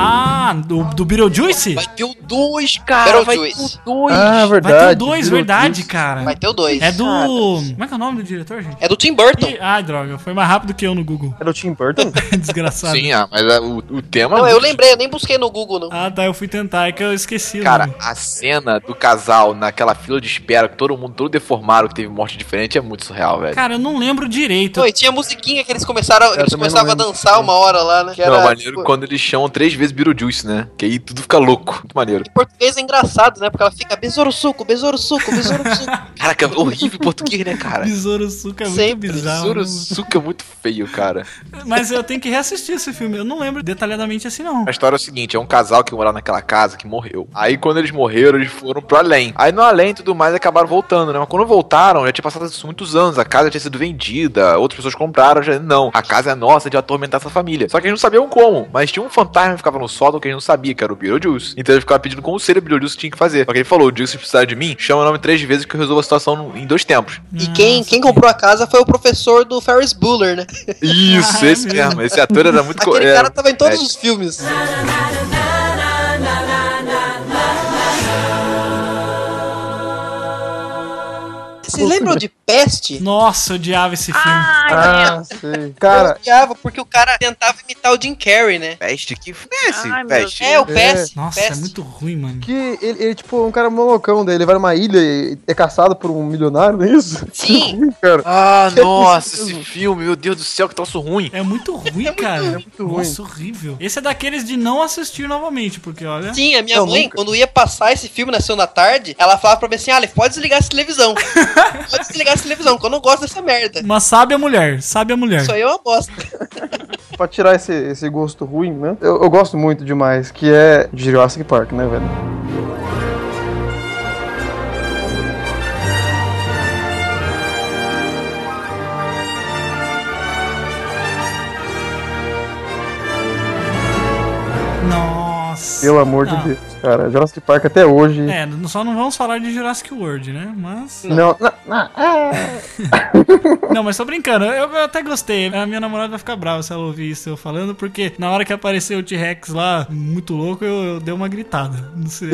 B: Ah, do, do Beetlejuice?
A: Vai ter o 2, cara. Vai ter o 2.
B: Vai
E: Ah,
B: ter o
E: verdade.
B: 2,
E: virou
B: verdade,
E: isso.
B: cara.
A: Vai ter o 2.
B: É do. Como é que é o nome do diretor, gente?
A: É do Tim Burton.
B: Ih, Ai, droga, foi mais rápido que eu no Google.
E: Era o Tim Burton?
B: Desgraçado.
C: Sim, ah, mas ah, o, o tema.
A: Não, eu lembrei, eu nem busquei no Google, não.
B: Ah, tá, eu fui tentar, é que eu esqueci. o
C: Cara,
B: nome.
C: a cena do casal naquela fila de espera, que todo mundo todo deformado, que teve morte diferente, é muito surreal, velho.
B: Cara, eu não lembro direito.
A: Não, e tinha musiquinha que eles começaram, eles
E: também não
A: começavam a
E: lembro.
A: dançar uma hora lá, né? Que era,
C: não, maneiro
A: tipo,
C: quando eles chamam três vezes Beetlejuice, né? Que aí tudo fica louco. Muito maneiro.
A: em português é engraçado, né? Porque ela fica besouro suco, besouro suco, besouro suco.
C: Caraca, é horrível em português, né, cara?
B: Besouro Suca é muito
A: Sempre,
B: bizarro.
C: Besouro suco é muito feio, cara.
B: né? Mas eu tenho que reassistir esse filme. Eu não lembro detalhadamente assim, não.
C: A história é o seguinte: é um casal que morava naquela casa que morreu. Aí quando eles morreram, eles foram pro além. Aí no além e tudo mais acabaram voltando, né? Mas quando voltaram, já tinha passado isso muitos anos. A casa já tinha sido vendida, outras pessoas compraram. Já... Não, a casa é nossa de atormentar essa família. Só que eles não sabiam como. Mas tinha um fantasma que ficava no sótão que eles não sabiam, que era o Beetlejuice. Então ele ficava pedindo conselho ao Beetlejuice que tinha que fazer. Só que ele falou: o dia que vocês precisarem de mim, chama o nome três vezes que eu resolvo a situação em dois tempos.
A: E quem, quem comprou a casa foi o professor do Ferris Bueller, né?
C: Isso,
B: Ah, é
C: esse
B: mesmo.
C: mesmo. Esse ator era muito. co-
A: Aquele
C: era-
A: cara tava em todos
C: é.
A: os filmes. Vocês lembram de Peste?
B: Nossa, eu odiava esse filme.
D: Ai,
E: Ah, sei.
A: Eu
E: Cara,
A: odiava porque o cara tentava imitar o Jim Carrey, né?
C: Peste? Que f- é esse?
D: Ai, meu
C: Peste.
A: É, o Peste.
B: Nossa, é
A: Peste.
B: muito ruim, mano.
E: que ele, ele, tipo, é um cara molocão, daí ele vai numa ilha e é caçado por um milionário, não é isso?
A: Sim.
E: cara.
C: Ah, nossa, esse filme, meu Deus do céu, que troço ruim.
B: É muito ruim, cara. É muito
E: ruim.
B: Nossa, horrível. Esse é daqueles de não assistir novamente, porque olha.
A: Sim, a minha
E: Não,
A: mãe,
E: nunca.
A: quando ia passar esse filme na segunda tarde, ela falava pra mim assim: Aleph, pode desligar essa televisão. pode desligar essa televisão, que eu não gosto dessa merda.
B: Mas sabe a mulher, sabe a mulher.
A: Isso aí é uma bosta.
E: Pra tirar esse, esse gosto ruim, né? Eu, eu gosto muito demais, que é Jurassic Park, né, velho?
B: Nossa.
E: Pelo amor
B: Não.
E: de Deus, cara. Jurassic Park até hoje.
B: É, n- só não vamos falar de Jurassic World, né? Mas.
E: Não, não, não, é.
B: Não, mas tô brincando. Eu, eu até gostei. A minha namorada vai ficar brava se ela ouvir isso eu falando, porque na hora que apareceu o T-Rex lá, muito louco, eu, eu dei uma gritada. Não sei.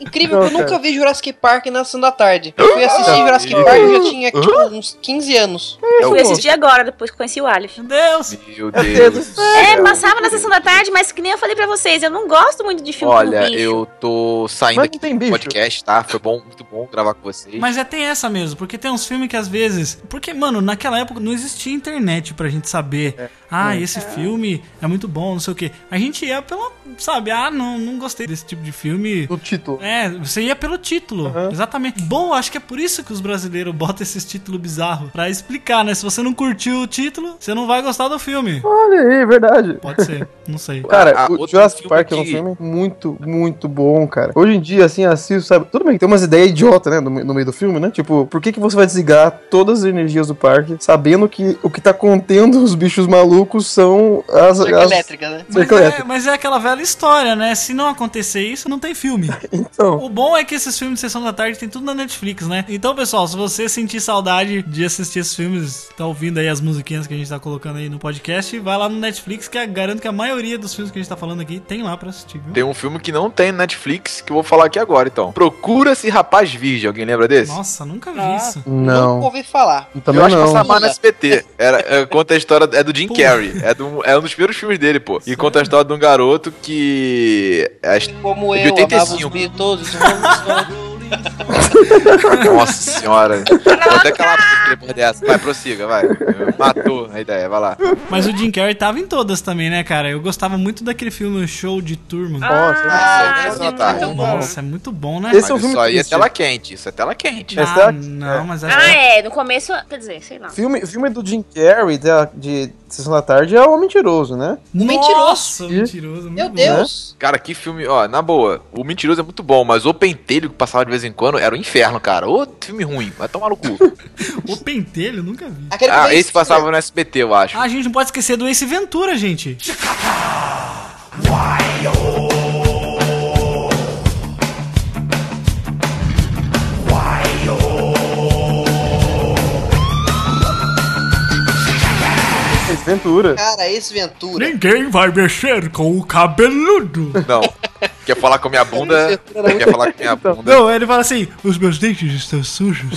A: Incrível
E: Não,
A: que eu nunca
E: cara.
A: vi Jurassic Park na segunda tarde. Eu fui assistir Jurassic Park eu já tinha tipo, uns 15 anos.
C: É
D: eu fui assistir agora, depois que conheci o Aleph.
B: Meu Deus!
C: Meu Deus. do
D: É,
C: céu.
D: passava na sessão da tarde, mas que nem eu falei pra vocês, eu não gosto muito de filme com
C: Olha,
D: bicho.
C: eu tô saindo
E: Mas
C: aqui
E: não tem
C: do
E: bicho.
C: podcast, tá? Foi bom, muito bom gravar com vocês.
B: Mas é tem essa mesmo, porque tem uns filmes que às vezes. Porque, mano, naquela época não existia internet pra gente saber. Ah, esse filme é muito bom, não sei o quê. A gente ia pela, sabe, ah, não, não gostei desse tipo de filme.
E: Do título.
B: É, você ia pelo título, exatamente. Bom, acho que é por isso que os brasileiros botam esses títulos bizarros. Pra explicar, né? Se você não curtiu o título, você não vai gostar do filme.
E: Olha aí, verdade.
B: Pode ser, não sei.
E: Cara,
C: Ah,
E: o
C: outro
E: Jurassic
C: filme
E: Park é um
C: que-
E: filme muito, muito bom, cara. Hoje em dia, assim, assisto, sabe? Tudo bem que tem umas ideias idiota, né? No, me- no meio do filme, né? Tipo, por que, que você vai desligar todas as energias do parque sabendo que o que tá contendo os bichos malucos são as.
A: Cerca
E: as...
A: elétrica, né?
B: Mas
E: Cerca
B: é,
E: elétrica.
B: mas é aquela velha história, né? Se não acontecer isso, não tem filme.
E: Então.
B: O bom é que esses filmes de sessão da tarde tem tudo na Netflix, né? Então, pessoal, se você sentir saudade de assistir esses filmes, tá ouvindo aí as musiquinhas que a gente tá colocando aí no podcast, vai lá no Netflix, que eu garanto que a maioria dos filmes que a gente tá falando aqui tem lá pra assistir, viu?
C: Tem um filme que não tem Netflix que eu vou falar aqui agora, então. Procura-se Rapaz Virgem. Alguém lembra desse?
B: Nossa, nunca vi
A: Ah.
B: isso.
A: Nunca
E: Não.
A: ouvi falar.
E: Também
C: eu acho que
E: não.
C: passava no SBT. Era, é, conta a história. É do Jim Carrey. É, do- é um dos primeiros filmes dele, pô. E conta a história de um garoto que. é a
A: Como
C: De
A: eu, amava os
C: 85.
A: Beatles, os
E: Né?
A: Rolling Stones.
C: Nossa senhora. Tô até calado pra depois dessa. Vai, prossiga, vai. Matou a ideia, vai lá.
B: Mas o Jim Carrey tava em todas também, né, cara? Eu gostava muito daquele filme o Show de Turma.
E: Nossa,
C: Ah,
A: sim,
C: tá.
A: muito bom.
B: Nossa, é muito bom, né?
E: Esse- é um
C: Mas
E: filme
C: isso aí é
E: triste.
C: tela quente, isso é tela quente.
E: Esse
B: Ah,
E: é-
B: não, mas acho
D: Ah,
B: que...
D: é. No começo, quer dizer, sei lá.
E: filme, filme do Jim Carrey da- de Sessão da Tarde é o Homem Mentiroso, né?
B: Nossa,
A: Mentiroso.
B: mentiroso.
A: Meu
B: muito bom.
A: Deus.
C: Cara, que filme, ó, na boa, o Mentiroso é muito bom, mas o Pentelho que passava de vez em quando era o inferno, cara. Ô, filme ruim, vai tomar no cu.
B: O Pentelho, nunca vi.
A: Aquele que
C: Ah,
A: veio-
C: esse passava no SBT, eu acho.
B: Ah, a gente não pode esquecer do Ace Ventura, gente.
E: Ace Ventura.
A: Cara, esse Ventura.
B: Ninguém vai mexer com o cabeludo.
C: Não. Quer falar com a minha bunda? Quer falar com a minha
E: Então,
C: bunda?
B: Não, ele fala assim: os meus dentes estão sujos.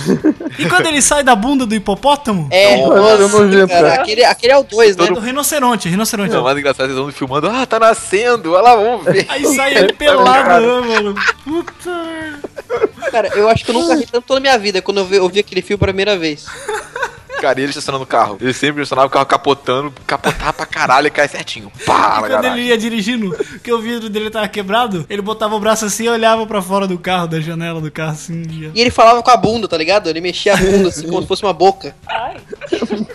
B: e quando ele sai da bunda do hipopótamo?
A: É,
E: Nossa, eu não vi,
A: nossa, cara,
E: cara.
A: Aquele, aquele é o 2, né?
B: É do rinoceronte, rinoceronte.
C: Não, mais engraçado, eles andam filmando. Ah, tá nascendo, olha lá, vamos ver.
B: Aí sai ele pelado, né, mano? Puta.
A: Cara, eu acho que eu nunca ri tanto na minha vida quando eu vi, eu vi aquele filme pela primeira vez.
C: Cara, e ele estacionando o carro. Ele sempre estacionava o carro capotando, capotava pra caralho e cai certinho. Pá, na
B: Quando ele
C: garagem.
B: ia dirigindo, que o vidro dele tava quebrado, ele botava o braço assim e olhava pra fora do carro, da janela do carro, assim. ia.
A: E ele falava com a bunda, tá ligado? Ele mexia a bunda assim, como se fosse uma boca.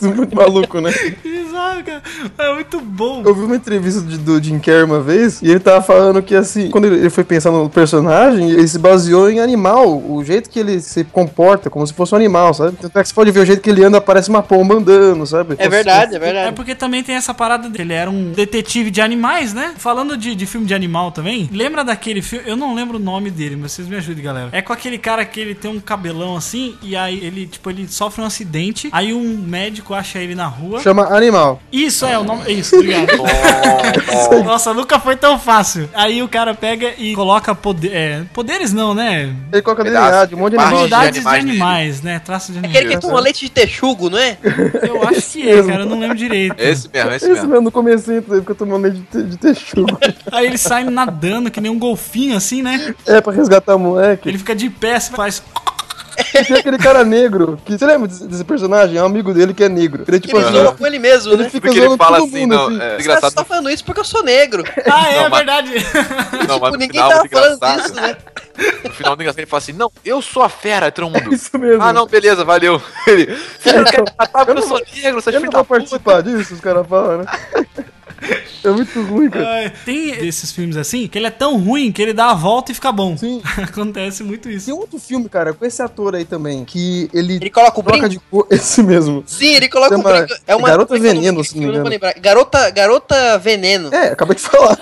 E: Muito maluco, né?
B: Que saco, cara. É muito bom.
E: Eu vi uma entrevista de- do Jim Carrey uma vez e ele tava falando que, assim, quando ele ele foi pensar no personagem, ele se baseou em animal, o jeito que ele se comporta, como se fosse um animal, sabe? Tanto é que você pode ver o jeito que ele anda, parece uma pomba andando, sabe?
A: É verdade, é
B: É
A: verdade.
B: porque também tem essa parada dele. Ele era um detetive de animais, né? Falando de, de filme de animal também, lembra daquele filme? Eu não lembro o nome dele, mas vocês me ajudem, galera. É com aquele cara que ele tem um cabelão assim, e aí ele, tipo, ele sofre um acidente, aí um médico acha ele na rua.
E: Chama animal.
B: Isso é o nome. é Isso, obrigado. Nossa, nunca foi tão fácil. Aí o cara pega e coloca poder, é, poderes não, né?
E: Ele coloca
C: Pedaço.
E: DNA, um monte de
C: Parte.
E: animal.
B: Habilidades de
C: animais dele.
B: animais, né? Traço de
A: Aquele
B: animais.
A: que toma leite de texugo, não
E: Uhum.
A: é?
B: Eu acho que é, cara, eu não lembro direito.
C: Esse mesmo, esse
E: Isso
C: mesmo.
E: mesmo, no comecinho, ele fica tomando leite de, te- de texugo.
B: Aí ele sai nadando que nem um golfinho assim, né?
E: é, pra resgatar o moleque.
B: Ele fica de pé, se faz.
E: E tem é aquele cara negro, que você lembra desse, desse personagem? É um amigo dele que é negro. Ele, tipo,
A: Ele
E: assim,
A: zoa com ele mesmo, né?
E: ele fica
C: Porque ele
E: zoando
C: fala
E: todo
C: assim,
E: mundo,
C: não,
E: assim.
C: é
A: Os caras
C: engraçado.
A: estão falando isso porque eu sou negro.
B: Ah, é,
C: Não, mas-
B: verdade.
C: Não, mas
A: tipo,
C: no
A: ninguém
C: final,
A: tava
C: muito
A: falando
C: engraçado.
A: disso, né?
C: No final do engraçado, ele fala assim: Não, eu sou a fera, todo mundo.
E: Isso é mesmo.
C: Ah, não, beleza, valeu. Ele, eu não quero matar porque eu sou negro, vocês
E: Eu
C: filhos
E: não
C: é da puta.
E: vou participar disso, os caras falam, né? É muito ruim, cara.
B: Ai, Tem esses filmes assim que ele é tão ruim que ele dá a volta e fica bom.
E: Sim.
B: Acontece muito isso.
E: Tem outro filme, cara, com esse ator aí também, que ele,
A: Ele coloca o brinco.
E: troca de cor. Esse mesmo.
A: Sim, ele coloca
E: Chama
A: o brinco. É uma
E: Garota
A: eu não-
E: Veneno, se não me
A: eu vou
E: engano.
A: lembrar. Garota, garota Veneno.
E: É, acabei de falar.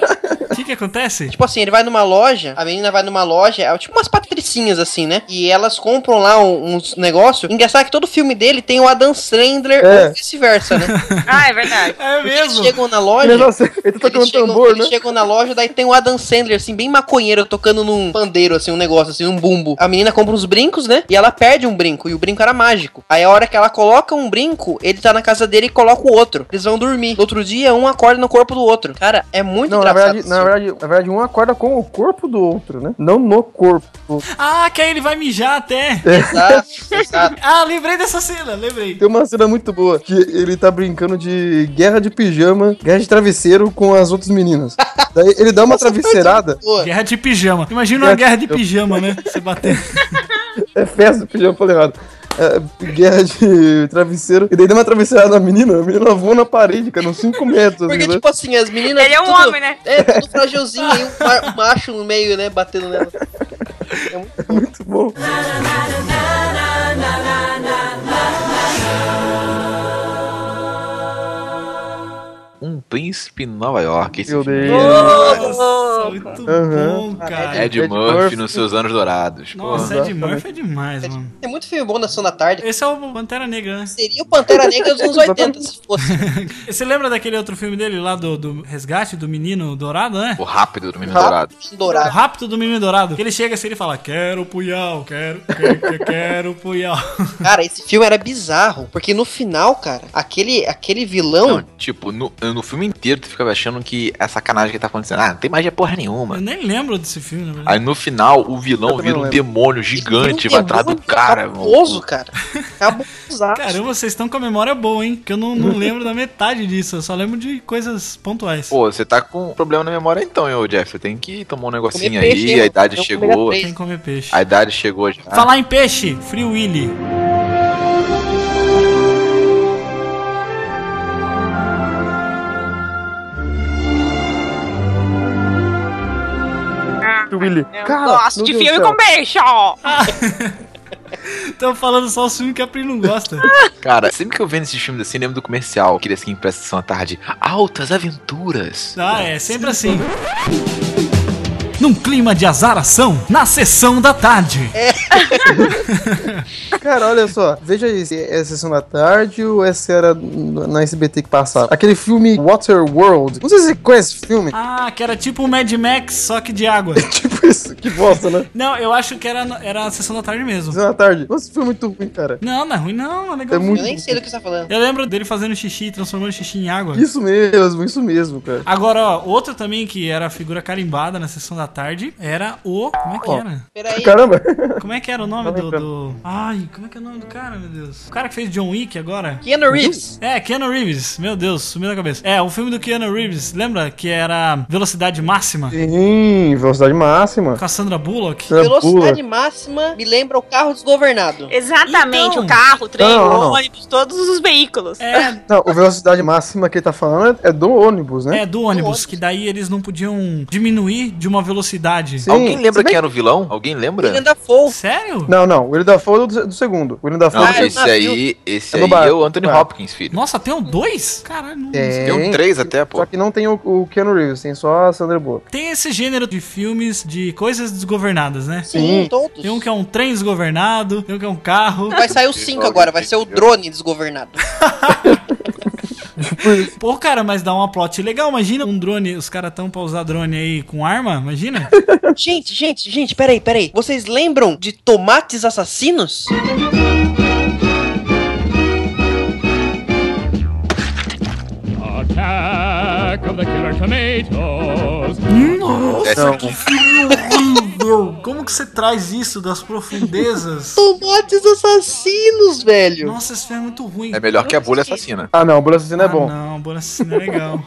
B: O que que acontece?
A: Tipo assim, ele vai numa loja, a menina vai numa loja, é tipo umas patricinhas assim, né? E elas compram lá um- uns negócios. Engraçado é que todo filme dele tem o Adam Sandler
E: É.
A: ou vice-versa, né?
D: Ah, é verdade.
B: É
A: Porque eles
B: mesmo.
A: chegam na
E: Ele,
A: loja.
E: nossa, ele tá
A: Eles
E: tocando
A: chegam,
E: tambor,
A: eles
E: né?
A: chegam na loja, daí tem o Adam Sandler, assim, bem maconheiro, tocando num pandeiro, assim, um negócio, assim, um bumbo. A menina compra uns brincos, né? E ela perde um brinco, e o brinco era mágico. Aí a hora que ela coloca um brinco, ele tá na casa dele e coloca o outro. Eles vão dormir. No outro dia, um acorda no corpo do outro. Cara, é muito
E: Não, na
A: engraçado.
E: verdade,
A: esse
E: na na verdade, na verdade, um acorda com o corpo do outro, né? Não no corpo.
B: Ah, que aí ele vai mijar até.
A: Exato, exato.
B: Ah, lembrei dessa cena, lembrei.
E: Tem uma cena muito boa que ele tá brincando de guerra de pijama, guerra de travesseiro com as outras meninas. Daí ele dá uma travesseirada,
A: Boa.
B: Guerra de pijama. Imagina uma guerra de pijama, né? Você bater.
E: é festa do pijama, falei errado. É, guerra de travesseiro. E daí dá uma travesseirada na menina, a menina voa na parede, cara, uns 5 metros.
A: Porque,
E: assim, né?
A: tipo assim, as meninas.
D: Ele é um
A: tudo-
D: homem, né?
A: É, tudo fragilzinho aí, um ma- macho no meio, né? Batendo nela.
E: É Muito bom.
C: Um príncipe em Nova York. Esse
E: Meu
C: filme
E: Deus.
B: Nossa, muito
E: Aham.
B: bom, cara.
C: Ed,
E: Ed
C: Murphy,
E: Murphy.
C: nos seus anos dourados.
B: Nossa,
C: porra.
B: Ed Murphy é demais, mano.
A: Tem muito filme bom na Sessão da Tarde.
B: Esse é o Pantera Negra, né?
A: Seria o Pantera Negra dos anos 80, se fosse.
B: Você lembra daquele outro filme dele lá do, do resgate do menino dourado, né?
C: O rápido do menino dourado.
A: Rápido,
B: O
A: dourado.
B: rapto do menino dourado. Que ele chega assim e ele fala: Quero punhal, quero, que- que- quero punhal.
A: Cara, esse filme era bizarro. Porque no final, cara, aquele, aquele
C: Não,
A: vilão.
C: tipo, no, no filme inteiro tu ficava achando que é sacanagem que tá acontecendo. Ah, não tem magia porra nenhuma.
B: Eu nem lembro desse filme, na verdade.
C: Aí no final o vilão
E: também
C: vira
E: não
C: um
E: lembro.
C: demônio gigante,
A: ele
C: vai
A: era um
C: atrás do
A: demônio
E: tá
C: cara,
A: Cabuloso,
C: mano.
A: cara. Cabuloso.
B: Caramba, vocês estão com a memória boa, hein? Que eu não, não lembro da metade disso. Eu só lembro de coisas pontuais.
C: Pô, você tá com um problema na memória então, hein, ô Jeff. Você tem que tomar um negocinho
A: Comer
C: aí,
A: peixe,
C: a
A: hein,
C: idade
A: é um
C: chegou.
A: ômega
B: Tem que comer peixe.
C: A idade chegou já.
B: Falar em peixe, Free Willy.
E: Willy.
A: É um
D: Eu
E: Cara,
D: gosto
E: meu
D: de
B: tipo
E: Deus
D: filme
E: do céu.
D: com beijo.
B: Tô falando só o filme que a Pri não gosta.
C: Cara, sempre que eu vejo esses filmes assim, lembro do comercial, que assim, presta atenção à tarde. Altas aventuras.
B: Ah, é, sempre assim. Num clima de azaração, na sessão da tarde.
E: Cara, olha só, veja aí se é Sessão da Tarde ou essa era na SBT que passava. Aquele filme Waterworld. Não sei se você conhece esse filme.
B: Ah, que era tipo um Mad Max, só que de água.
E: Tipo isso, que bosta, né?
B: Não, eu acho que era, era a sessão da tarde mesmo.
E: Sessão da Tarde. Nossa, esse filme é muito ruim, cara.
B: Não, não é ruim, não. É legal.
E: É muito-
A: Eu nem sei do que você tá falando.
B: Eu lembro dele fazendo xixi, transformando xixi em água.
E: Isso mesmo, isso mesmo, cara.
B: Agora, ó, outro também que era figura carimbada na sessão da tarde era o. Como é que era?
A: Peraí.
E: Caramba.
B: Como é que era o nome
E: Não
B: do,
E: lembro.
B: do- Ai, como é que é o nome do cara, meu Deus? O cara que fez John Wick agora?
A: Keanu Reeves.
B: É, Keanu Reeves. Meu Deus, sumiu da cabeça. É, o filme do Keanu Reeves, lembra? Que era Velocidade Máxima?
E: Sim, velocidade máxima.
B: Com a Sandra Bullock?
E: Sandra
A: Velocidade máxima me lembra o carro desgovernado.
C: É,
D: Exatamente,
B: Então.
D: o carro, o trem,
E: Não, não,
D: o
E: não.
D: ônibus, todos os veículos.
B: É,
E: Não, o velocidade máxima que ele tá falando é do ônibus, né?
B: É, do ônibus, que daí eles não podiam diminuir de uma velocidade.
E: Sim.
C: Alguém lembra
E: se bem-
C: quem era o vilão? Alguém
A: William
C: lembra?
A: Dafoe.
B: Sério?
E: Não, não, o William Dafoe é do, do segundo. O William Dafoe
C: Não,
E: é do
A: Ah,
C: esse
A: eu não vi.
C: aí, esse
E: É
C: aí
E: do bar-
C: é o Anthony
E: bar.
C: Hopkins, filho.
B: Nossa, tem um dois? Caralho, não.
C: Tem um
E: Tem.
C: três até, pô.
E: Só que não tem o, o Keanu Reeves, tem só a Sandra Bullock.
B: Tem esse gênero de filmes de coisas desgovernadas, né?
A: Sim, todos.
B: Tem um que é um trem desgovernado, tem um que é um carro.
A: Vai sair o
C: é
A: 5 agora, vai ser o drone desgovernado.
B: Pô, cara, mas dá uma plot legal. Imagina um drone, os caras tão pra usar drone aí com arma, imagina.
A: Gente, gente, gente, peraí, peraí. Vocês lembram de Tomates Assassinos?
C: Esse aqui.
B: Como que você traz isso das profundezas?
A: Tomates Assassinos, velho.
B: Nossa, esse filme é muito ruim.
C: É melhor que a bolha assassina.
E: Ah, não, o Bullet Assassino é
B: Ah,
E: bom.
B: Não, Bora Assassino é legal.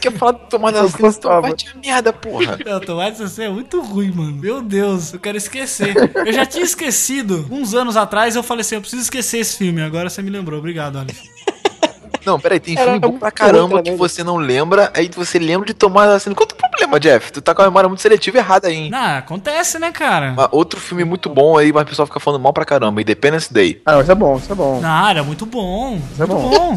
C: Que eu falo de tomar
E: Eu gostava.
C: vai te merda, porra.
B: Não, Tomate Sassé é muito ruim, mano. Meu Deus, eu quero esquecer. Eu já tinha esquecido. Uns anos atrás eu falei assim, eu preciso esquecer esse filme. Agora você me lembrou, obrigado, Alex.
C: Não, peraí, tem
A: Era
C: filme bom
B: um
A: muito
C: pra caramba
A: outra,
C: que
A: né?
C: você não lembra, aí você lembra de tomar assassino. Qual é o teu problema, Jeff? Tu tá com a memória muito seletiva errada aí, hein?
B: Ah, acontece, né, cara?
C: Mas Outro filme muito bom aí, mas o pessoal fica falando mal pra caramba. Independence Day.
E: Ah, não, isso é bom, isso é bom.
B: Ah, era muito bom.
E: é
B: muito bom.
E: bom.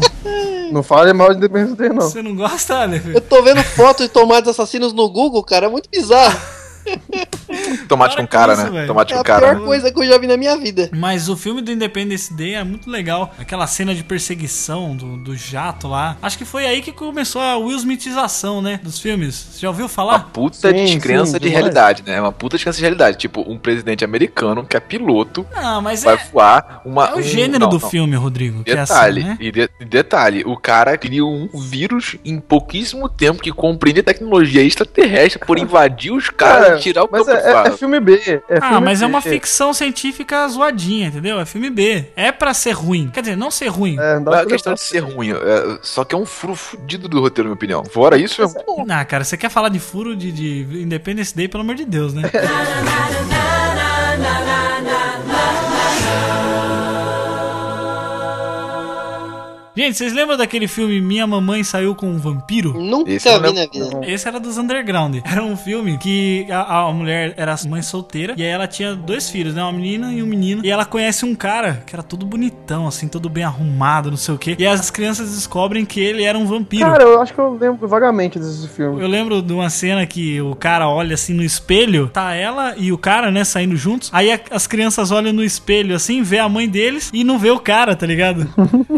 E: Não fale mal de Independence Day, não.
B: Você não gosta, Aleph?
A: Eu tô vendo foto de tomates assassinos no Google, cara. É muito bizarro.
C: Tomate
B: Para
C: com
B: com
C: cara,
B: isso,
C: né?
B: velho.
C: Tomate
A: É
C: com
A: a
C: cara.
A: pior coisa que eu já vi na minha vida.
B: Mas o filme do Independence Day é muito legal. Aquela cena de perseguição do, do jato lá. Acho que foi aí que começou a Will Smithização, né? Dos filmes. Você já ouviu
C: Uma
B: falar?
C: puta
E: Sim,
C: descrença
E: sim,
C: de
E: demais.
C: realidade, né? Uma puta descrença de realidade. Tipo, um presidente americano que é piloto
B: Ah, mas
C: vai
B: é,
C: voar uma.
B: é o
C: um-
B: gênero
C: não,
B: do
C: não.
B: filme, Rodrigo. que é assim,
C: Detalhe,
B: né?
C: e de- e detalhe, o cara criou um vírus em pouquíssimo tempo que compreende a tecnologia extraterrestre por invadir os caras
E: Cara,
C: e tirar o
E: Mas
C: campo
E: é, é- é
C: fácil.
E: filme B. É
B: Ah,
E: filme
B: mas é
E: B.
B: uma ficção científica zoadinha, entendeu? É filme B. É pra ser ruim. Quer dizer, não ser ruim.
E: É, não dá
C: Não é
E: pra
C: questão de ser ruim, é- só que é um furo fudido do roteiro, na minha opinião. Fora isso, é muito bom.
B: Ah, cara, você quer falar de furo de, de Independence Day, pelo amor de Deus, né? Gente, vocês lembram daquele filme Minha Mamãe Saiu com um Vampiro?
A: Nunca
C: Esse é eu
A: vi
C: não-
A: na vida.
B: Esse era dos underground. Era um filme que a, a mulher era mãe solteira e aí ela tinha dois filhos, né? Uma menina e um menino. E ela conhece um cara que era todo bonitão, assim, todo bem arrumado, não sei o quê. E as crianças descobrem que ele era um vampiro.
E: Cara, eu acho que eu lembro vagamente desse filme.
B: Eu lembro de uma cena que o cara olha assim no espelho, tá ela e o cara, né, saindo juntos. Aí a- as crianças olham no espelho assim, vê a mãe deles e não vê o cara, tá ligado?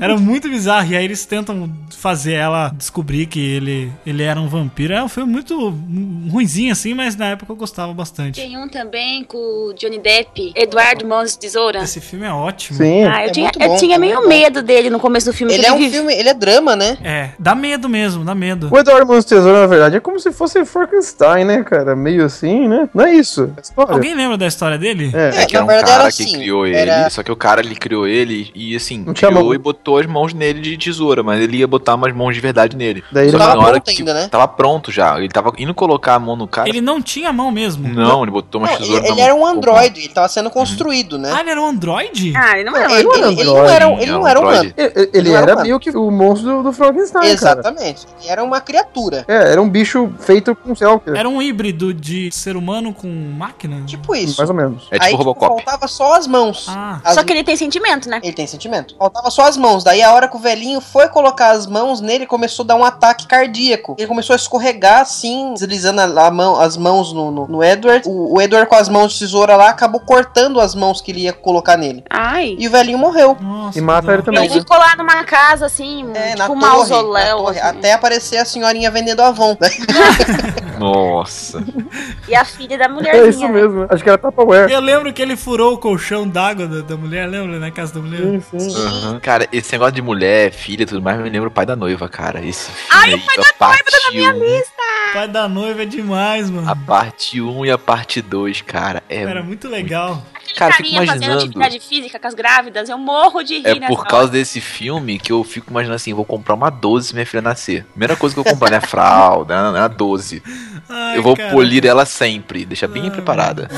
B: Era muito bizarro. E aí eles tentam fazer ela descobrir que ele, ele era um vampiro. É um filme muito hum, ruinzinho assim, mas na época eu gostava bastante.
D: Tem um também com o Johnny Depp, Eduardo Mãos de Tesoura.
B: Esse filme é ótimo.
E: Sim.
D: Ah, eu
A: É
D: tinha,
A: muito
D: eu
A: bom,
D: tinha
A: é
D: meio
A: muito bom.
D: medo dele no começo do filme.
A: Ele
D: que
A: é um
D: vive-
A: filme, ele é drama, né?
B: É, dá medo mesmo, dá medo.
E: O Eduardo Mãos de Tesoura, na verdade, é como se fosse Frankenstein, né, cara? Meio assim, né? Não é isso. É história.
B: Alguém lembra da história dele?
E: É.
C: É que era um
A: na verdade
C: cara
A: era
C: que
A: assim,
C: criou
A: era-
C: ele, só que o cara ele criou ele e assim,
E: Não tinha
C: criou
E: mão.
C: e botou as mãos nele de tesoura, mas ele ia botar umas mãos de verdade nele.
E: Daí
C: só
E: ele
C: que
A: tava
C: na hora
A: pronto
C: que
A: ainda, né?
C: tava pronto já, ele tava indo colocar a mão no cara.
B: Ele não tinha mão mesmo.
C: Não, ele botou umas
A: Não,
C: tesouras
A: ele, ele
C: na
A: era
C: mão.
A: um androide, ele tava sendo construído, né?
B: Ah, ele era um androide?
D: Ah, ele não é
A: Não,
D: um
A: ele,
D: herói.
A: ele- ele não era, um- ele não era humano.
E: E- e- Ele
A: Não era
E: era
A: humano.
E: meio que o monstro do, do Frankenstein, cara.
A: Exatamente. Ele era uma criatura.
E: É, era um bicho feito com céu, cara.
B: Era um híbrido de ser humano com máquina?
A: Tipo isso.
E: mais ou menos.
C: É tipo
A: Aí tipo,
C: Robocop.
A: faltava só as mãos.
B: Ah.
A: As-
D: Só que ele tem sentimento, né?
A: Ele tem sentimento. Faltava só as mãos. Daí a hora que o velhinho foi colocar as mãos nele, começou a dar um ataque cardíaco. Ele começou a escorregar assim, deslizando a, a mão, as mãos no, no, no Edward. O, o Edward com as mãos de tesoura lá acabou cortando as mãos que ele ia colocar nele.
D: Ai.
A: E o velhinho morreu.
B: Nossa,
E: E mata
B: que
E: ele
B: da
E: também.
D: Ele
E: né?
D: ficou lá numa casa, assim,
A: É,
D: tipo um
A: torre, na
D: mausoléu.
A: torre,
D: assim.
A: Até aparecer a senhorinha vendendo Avon.
C: Nossa.
D: E a filha da
E: É
D: mulherzinha.
E: isso
D: né?
E: mesmo. né? Acho que era Tupperware.
B: Eu lembro que ele furou o colchão d'água da, da mulher, lembra? Na casa da mulher.
E: Sim, sim.
C: Aham. Cara, esse negócio de mulher, filha e tudo mais, me lembra o pai da noiva, cara. Esse filme
D: Ai,
C: aí, o pai da noiva tá na minha lista.
B: O pai da noiva é demais, mano.
C: A parte 1 e a parte 2, cara. É,
B: Era muito legal.
C: cara, eu fico
D: Carinha fazendo
C: imaginando.
D: atividade física com as grávidas, eu morro de rir
C: É
D: nessa
C: por
B: né?
D: hora.
C: causa desse filme que eu fico imaginando assim, vou comprar uma 12 se minha filha nascer. Primeira coisa que eu vou comprar não é fralda, não, não, é a 12.
B: Ai,
C: Eu vou
B: cara.
C: polir ela sempre, deixar bem preparada.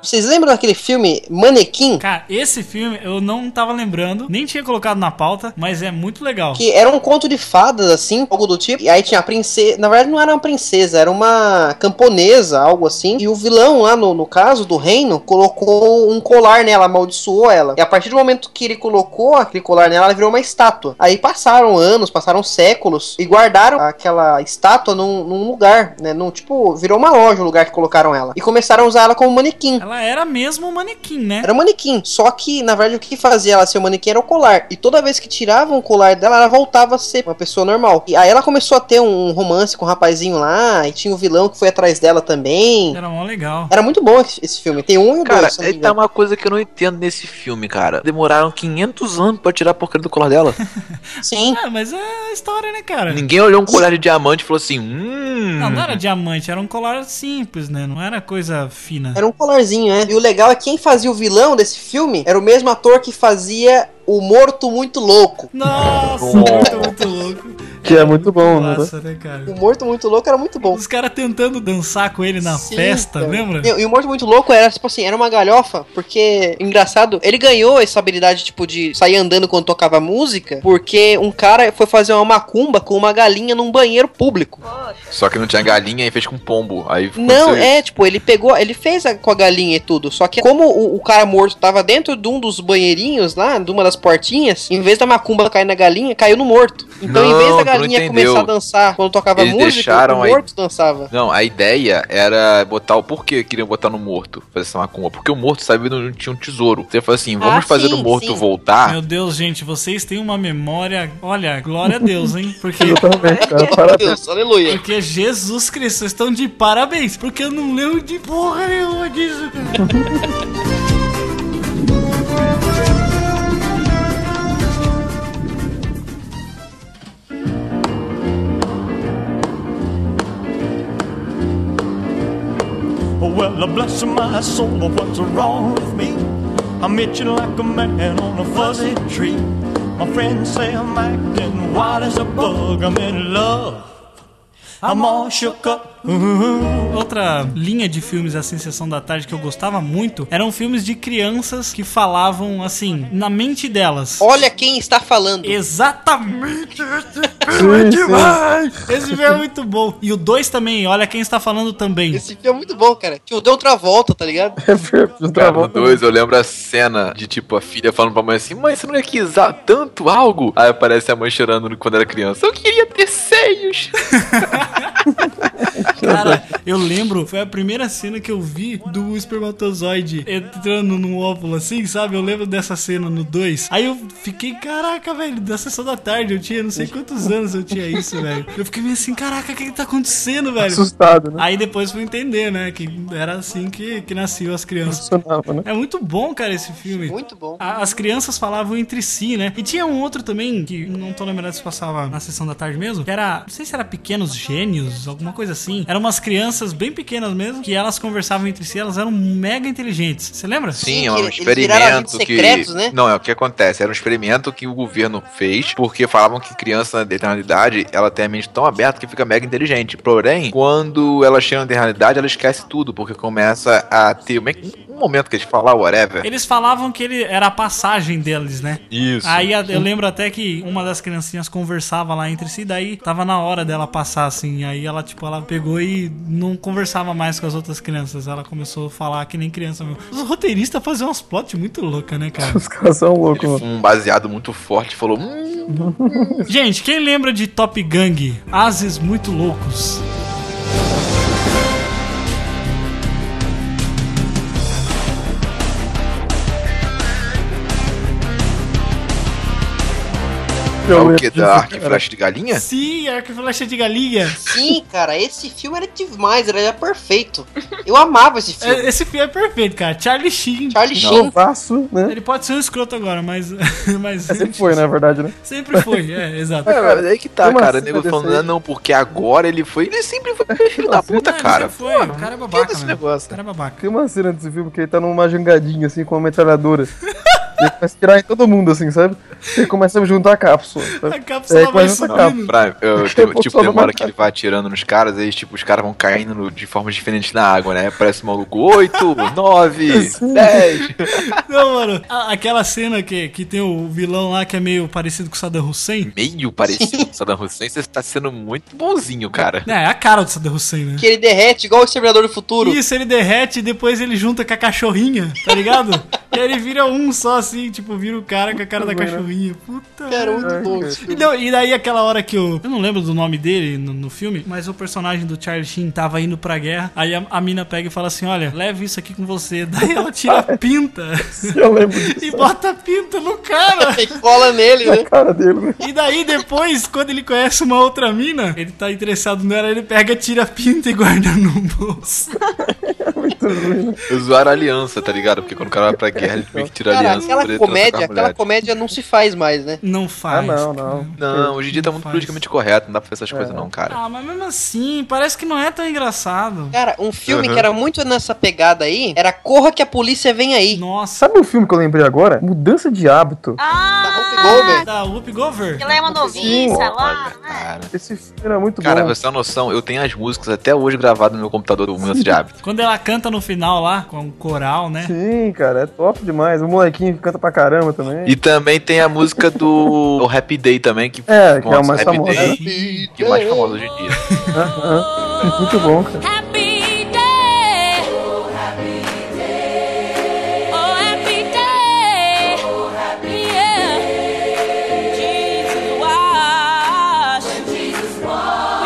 A: Vocês lembram daquele filme Manequim?
B: Cara, esse filme eu não tava lembrando, nem tinha colocado na pauta, mas é muito legal.
A: Que era um conto de fadas, assim, algo do tipo. E aí tinha a princesa. Na verdade, não era uma princesa, era uma camponesa, algo assim. E o vilão lá, no, no caso do reino, colocou um colar nela, amaldiçoou ela. E a partir do momento que ele colocou aquele colar nela, ela virou uma estátua. Aí passaram anos, passaram séculos e guardaram aquela estátua num, num lugar, né? Num tipo, virou uma loja o lugar que colocaram ela. E começaram a usar ela como manequim.
B: Ela era mesmo um manequim, né?
A: Era um manequim. Só que, na verdade, o que fazia ela ser um manequim era o colar. E toda vez que tiravam o colar dela, ela voltava a ser uma pessoa normal. E aí ela começou a ter um romance com o rapazinho lá, e tinha o vilão que foi atrás dela também.
B: Era mó legal.
A: Era muito bom esse esse filme. Tem um e o
C: Cara,
A: dois, se eu não me
C: aí tá
A: engano.
C: uma coisa que eu não entendo nesse filme, cara. Demoraram 500 anos pra tirar a porcaria do colar dela.
A: Sim.
B: Ah, mas é a história, né, cara?
C: Ninguém olhou um colar de diamante e falou assim, hum...
B: Não, não era diamante, era um colar simples, né? Não era coisa fina.
A: Era um colarzinho, né? E o legal é que quem fazia o vilão desse filme era o mesmo ator que fazia o Morto Muito Louco.
B: Nossa, muito, muito louco.
E: Que é muito bom, né?
B: Nossa, né, cara?
A: O Morto Muito Louco era muito bom.
B: Os caras tentando dançar com ele na
A: Sim,
C: É.
B: festa,
A: cara.
B: lembra?
A: E, e o Morto Muito Louco era, tipo assim, era uma galhofa, porque, engraçado, ele ganhou essa habilidade, tipo, de sair andando quando tocava música, porque um cara foi fazer uma macumba com uma galinha num banheiro público.
C: Só que não tinha galinha e fez com pombo. Aí ficou
A: Não,
C: isso aí.
A: é, tipo, ele pegou, ele fez a- com a galinha e tudo, só que como o, o cara morto tava dentro de um dos banheirinhos lá, de uma das portinhas, em vez da macumba cair na galinha, caiu no morto. Então, em
C: Não,
A: vez da
C: tu
A: galinha começar a dançar quando tocava
C: Eles
A: música,
C: deixaram
A: o
C: aí-
A: morto dançava.
C: Não, a ideia era botar o porquê queriam botar no morto, fazer essa macumba. Porque o morto sabia onde tinha um tesouro. Você fala assim, vamos
A: Ah,
C: fazer
A: sim,
C: o morto
A: sim.
C: voltar.
A: Ah.
B: Meu Deus, gente, vocês têm uma memória. Olha, glória a Deus, hein? Porque.
E: Exatamente, cara.
A: Meu
E: Parabéns.
A: Deus, aleluia.
B: Porque Jesus Cristo, vocês estão de parabéns, porque eu não lembro de porra nenhuma disso, cara.
G: Oh, well, bless my soul, but what's wrong with me? I'm itching like a man on a fuzzy tree. My friends say I'm acting wild as a bug. I'm in love. I'm all shook up.
B: Outra linha de filmes assim, Sessão da Tarde, que eu gostava muito, eram filmes de crianças que falavam assim, na mente delas.
A: Olha quem está falando.
B: Exatamente! Esse filme é
E: Sim, sim.
B: demais! Esse filme é muito bom. E o 2 também, olha quem está falando também.
A: Esse filme é muito bom, cara. Tipo, deu outra volta, tá ligado?
E: É verdade, eu
C: Cara, no
E: tava-
C: 2 eu lembro a cena de tipo a filha falando pra mãe assim: Mãe, você não ia quisar tanto algo? Aí aparece a mãe chorando quando era criança: Eu queria ter seios.
B: Cara, eu lembro, foi a primeira cena que eu vi do espermatozoide entrando num óvulo assim, sabe? Eu lembro dessa cena no 2. Aí eu fiquei, caraca, velho, da sessão da tarde eu tinha, não sei quantos anos eu tinha isso, velho. Eu fiquei meio assim, caraca, o que que tá acontecendo, velho?
E: Assustado, né?
B: Aí depois fui entender, né, que era assim que, que nasciam as crianças.
E: Funcionava, né?
B: É muito bom, cara, esse filme.
A: Muito bom.
B: A- As crianças falavam entre si, né? E tinha um outro também, que não tô lembrado se passava na sessão da tarde mesmo, que era, não sei se era Pequenos Gênios, alguma coisa assim. Eram umas crianças bem pequenas mesmo, que elas conversavam entre si, elas eram mega inteligentes. Você lembra?
C: Sim,
A: que
C: é um
A: eles viraram amigos
C: experimento que.
A: secretos, né?
C: Não, é o que acontece. Era um experimento que o governo fez, porque falavam que criança na determinada idade ela tem a mente tão aberta que fica mega inteligente. Porém, quando ela chega na realidade, ela esquece tudo, porque começa a ter meio que um momento que eles falam, whatever.
B: Eles falavam que ele era a passagem deles, né?
C: Isso.
B: Aí a- eu lembro até que uma das criancinhas conversava lá entre si, daí tava na hora dela passar, assim. Aí ela, tipo, ela pegou e não conversava mais com as outras crianças. Ela começou a falar que nem criança mesmo. Os roteiristas faziam uns plot muito louca, né, cara?
E: Os caras são loucos, mano.
C: Um baseado muito forte falou: Hum,
B: Gente, quem lembra de Top Gang? Ases muito loucos.
C: é o
E: lembro
C: que?
E: disso,
C: Da arco e
E: cara.
C: flecha de
E: É.
C: galinha?
B: Sim, arco e flecha de galinha.
A: Sim, cara, esse filme era demais, era, era perfeito. Eu amava esse
B: É,
A: filme.
B: Esse filme é perfeito, cara. Charlie Sheen.
A: Charlie Sheen.
E: Novaço, né?
B: Ele pode ser um escroto agora, mas. mas
E: É, sempre foi, na verdade, né?
B: Sempre foi, é, exato.
C: É, mas aí que tá,
E: Tem uma
C: cara. O
E: cena
C: nego falando,
E: desse aí.
C: "Ah, não, porque agora ele foi. Ele sempre foi filho da puta,
B: Não, ele
C: cara.
B: sempre Foi. O cara é
C: Que
B: babaca,
C: desse
B: velho. O
C: negócio?
B: cara é babaca.
E: Tem uma cena desse filme que ele tá numa jangadinha, assim, com uma metralhadora. e ele começa a tirar em todo mundo, assim, sabe? Ele começa a juntar a cápsula. sabe?
B: A cápsula
E: É,
B: vai
E: quase
B: subindo.
E: uma
C: Não, pra, eu,
E: Eu vou
C: tipo,
E: só
C: tem uma hora
E: levantar.
C: que ele vai atirando nos caras, aí, tipo, os caras vão caindo no- de formas diferentes na água, né? Parece um maluco 8, 9, 10.
B: Não, mano. a- aquela cena que, que tem o vilão lá que é meio parecido com o Saddam Hussein.
C: Meio parecido com o Saddam Hussein, você tá sendo muito bonzinho, cara.
B: É, é a cara do Saddam Hussein, né?
A: Que ele derrete igual o Exterminador do Futuro.
B: Isso, ele derrete e depois ele junta com a cachorrinha, tá ligado? e aí ele vira um só assim, tipo, vira o cara com a cara da cachorrinha. Puta.
A: Cara,
E: um-
A: muito bom.
B: E, não, e daí aquela hora que o. Eu não lembro do nome dele no, no filme, mas o personagem do Charlie Sheen tava indo pra guerra. Aí a, a mina pega e fala assim: olha, leve isso aqui com você. Daí ela tira a pinta
E: Eu lembro disso.
B: e bota a pinta no cara.
A: E cola nele, né?
E: A cara dele, né?
B: E daí depois, quando ele conhece uma outra mina, ele tá interessado nela, ele pega, tira a pinta e guarda no bolso.
C: Usaram a aliança, tá ligado? Porque quando o cara vai pra guerra, ele meio que tira a
A: Cara,
C: aliança. pra
A: aquela
C: ele transar com
A: comédia,
C: a mulher.
A: aquela comédia não se faz mais, né?
B: Não
E: Ah,
B: faz.
E: não, não.
C: Não, hoje em dia tá
B: Não
C: muito
B: faz.
C: politicamente correto, não dá pra fazer essas coisas não, cara.
B: Ah, mas mesmo assim, parece que não é tão engraçado.
A: Cara, um filme
C: Uhum.
A: que era muito nessa pegada aí era Corra que a Polícia Vem Aí.
B: Nossa.
E: Sabe o filme que eu lembrei agora? Mudança de Hábito.
A: Da
D: Ah,
A: Whoopi Goldberg.
B: Da Whoop Gover?
D: ela é uma noviça lá. né?
C: Olha, cara.
E: Esse filme era muito
C: Cara,
E: bom.
C: você tem uma noção, eu tenho as músicas até hoje gravadas no meu computador do Mudança de Hábito.
B: Quando ela canta no final lá, com um coral, né?
E: Sim, cara, é top demais. O molequinho canta pra caramba também.
C: E também tem a música do o Happy Day também, que
E: É, que é o
C: Nossa,
E: mais
C: Happy
E: famoso,
C: Day,
E: né?
C: que é o mais famoso hoje em dia.
E: Aham.
D: Uhum.
E: Muito bom, cara.
H: Happy day. Oh, happy day. Oh, happy day. Yeah. Jesus, wash.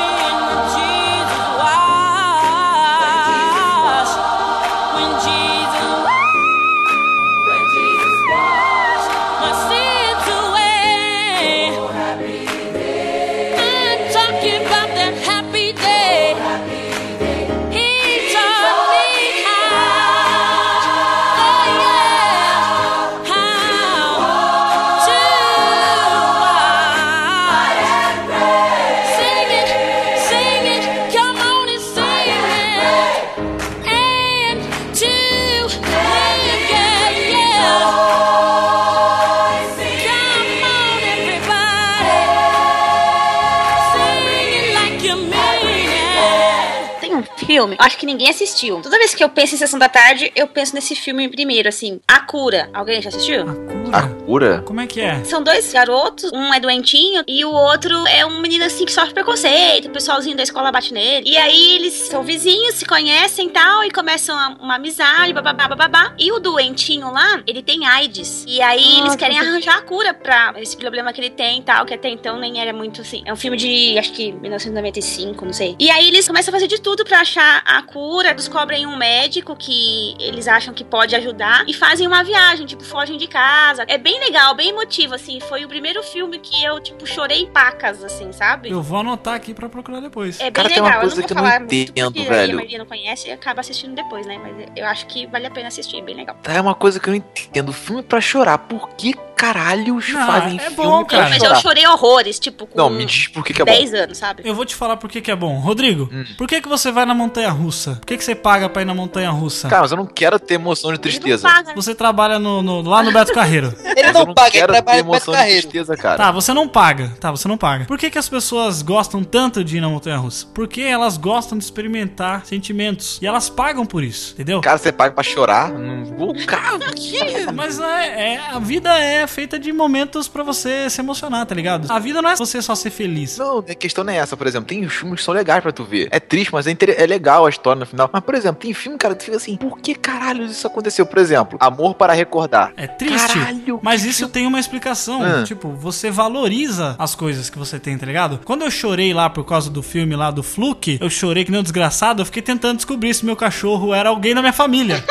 D: um filme, eu acho que ninguém assistiu. Toda vez que eu penso em Sessão da Tarde, eu penso nesse filme primeiro, assim, A Cura. Alguém já assistiu?
C: A
B: Cura?
C: cura?
B: Como é que é?
D: São dois garotos, um é doentinho e o outro é um menino assim que sofre preconceito, o pessoalzinho da escola bate nele. E aí eles são vizinhos, se conhecem e tal, e começam a- uma amizade, bababá, bababá. E o doentinho lá, ele tem AIDS. E aí eles querem arranjar a cura pra esse problema que ele tem e tal, que até então nem era muito assim. É um filme de, acho que 1995, não sei. E aí eles começam a fazer de tudo pra achar a cura, descobrem um médico que eles acham que pode ajudar e fazem uma viagem, tipo, fogem de casa. É bem legal, bem emotivo, assim. Foi o primeiro filme que eu, tipo, chorei pacas, assim, sabe?
B: Eu vou anotar aqui pra procurar depois.
D: É bem
C: Cara, tem
D: legal.
C: uma coisa
D: eu não vou
C: que eu não
D: falar muito,
C: entendo,
D: porque aí
C: velho.
D: a maioria não conhece e acaba assistindo depois, né? Mas eu acho que vale a pena assistir, é bem legal.
C: Tá, é uma coisa que eu não entendo. Filme é pra chorar. Por que caralho fazem
B: é
C: filme
B: bom,
C: pra
B: cara.
D: Mas eu
C: chorar?
D: chorei horrores, tipo, com
C: Não, me diz por que, que é bom.
D: 10 anos, sabe?
B: Eu vou te falar por que que é bom. Rodrigo, por que que você vai na montanha russa? Por que que você paga pra ir na montanha russa?
C: Cara, Tá, mas eu não quero ter emoção de tristeza.
D: Não paga.
B: Você trabalha no, no- lá no Beto Carreiro.
A: Ele
C: Mas eu
A: não
C: não
A: paga, ele
C: quero ter
A: trabalha com o Beto
C: emoção de
A: Carreiro.
C: tristeza, cara.
B: Tá, você não paga. Tá, você não paga. Por que, que as pessoas gostam tanto de ir na montanha russa? Porque elas gostam de experimentar sentimentos. E elas pagam por isso, entendeu?
C: Cara, você paga pra chorar? Não vou, cara.
B: Que- Mas é, é- a vida é feita de momentos pra você se emocionar, tá ligado? A vida não é você só ser feliz.
C: Não, a questão não é essa, por exemplo. Tem filmes que são legais pra tu ver. É triste, mas é, inter- é legal a história no final. Mas, por exemplo, tem filme, cara, tu fica assim, por que caralho isso aconteceu? Por exemplo, Amor para Recordar.
B: É triste,
C: Caralho,
B: mas
C: que
B: isso tem uma explicação.
C: Ah.
B: Tipo, você valoriza as coisas que você tem, tá ligado? Quando eu chorei lá por causa do filme lá do Fluke, eu chorei que nem um desgraçado, eu fiquei tentando descobrir se meu cachorro era alguém da minha família.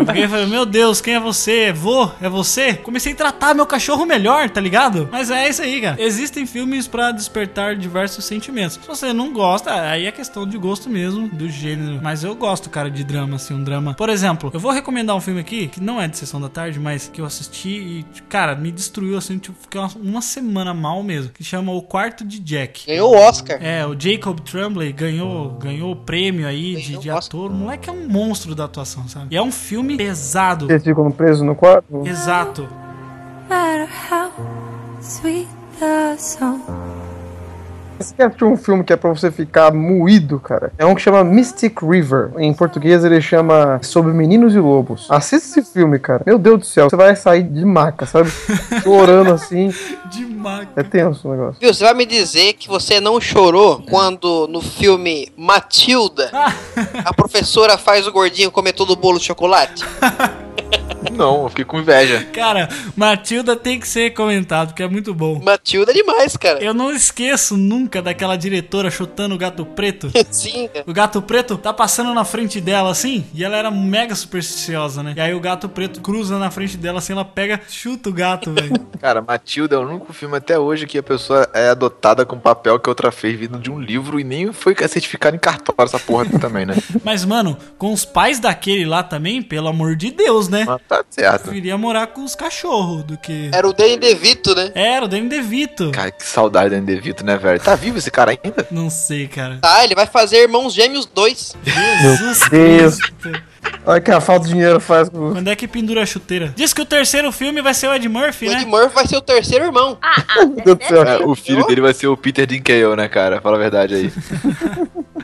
B: eu fiquei falando, meu Deus, quem é você? Vô, é você? Comecei a tratar meu cachorro melhor, tá ligado? Mas é isso aí, cara. Existem filmes pra despertar diversos sentimentos. Se você não gosta, aí é questão de gosto mesmo, do gênero. Mas eu gosto, cara, de drama, assim, um drama. Por exemplo, eu vou recomendar um filme aqui, que não é de sessão da tarde, mas que eu assisti e, cara, me destruiu, assim, tipo, fiquei uma, uma semana mal mesmo, que chama O Quarto de Jack.
A: Ganhou o Oscar.
B: É, o Jacob Tremblay ganhou, ganhou o prêmio aí de, de
A: Oscar.
B: ator. O moleque é um monstro da atuação, sabe? E é um filme pesado.
E: Eles ficam presos no quarto.
B: Exato.
H: matter how sweet the song.
E: Você quer assistir um filme que é pra você ficar moído, cara? É um que chama Mystic River. Em português ele chama Sobre Meninos e Lobos. Assista esse filme, cara. Meu Deus do céu, você vai sair de maca, sabe? Chorando assim.
B: Demais.
E: É tenso o negócio.
A: Viu, você vai me dizer que você não chorou quando no filme Matilda a professora faz o gordinho comer todo o bolo de chocolate?
C: Não, eu fiquei com inveja.
B: Cara, Matilda tem que ser comentado, porque é muito bom.
A: Matilda é demais, cara.
B: Eu não esqueço nunca daquela diretora chutando o gato preto.
A: Sim, cara.
B: O gato preto tá passando na frente dela assim, e ela era mega supersticiosa, né? E aí o gato preto cruza na frente dela assim, ela pega, chuta o gato, velho.
C: Cara, Matilda é o único filme até hoje que a pessoa é adotada com papel que outra fez vindo de um livro e nem foi certificado em cartório essa porra também, né?
B: Mas, mano, com os pais daquele lá também, pelo amor de Deus, né?
C: Mas tá
B: Eu
C: certo.
B: preferia morar com os cachorros do que.
A: Era o Danny DeVito, né?
B: Era o Danny DeVito.
C: Cara, que saudade do Andy DeVito, né, velho? Tá vivo esse cara ainda?
B: Não sei, cara.
A: Tá, ele vai fazer Irmãos Gêmeos 2.
B: Jesus
E: Deus.
B: Cristo.
E: Olha o que a falta de dinheiro faz com.
B: Quando é que pendura a chuteira? Diz que o terceiro filme vai ser o Ed Murphy,
A: O
B: né? Ah.
A: Ed Murphy vai ser o terceiro irmão.
E: Meu Deus do céu.
C: É, o filho dele vai ser o Peter Dinklage, né, cara? Fala a verdade aí.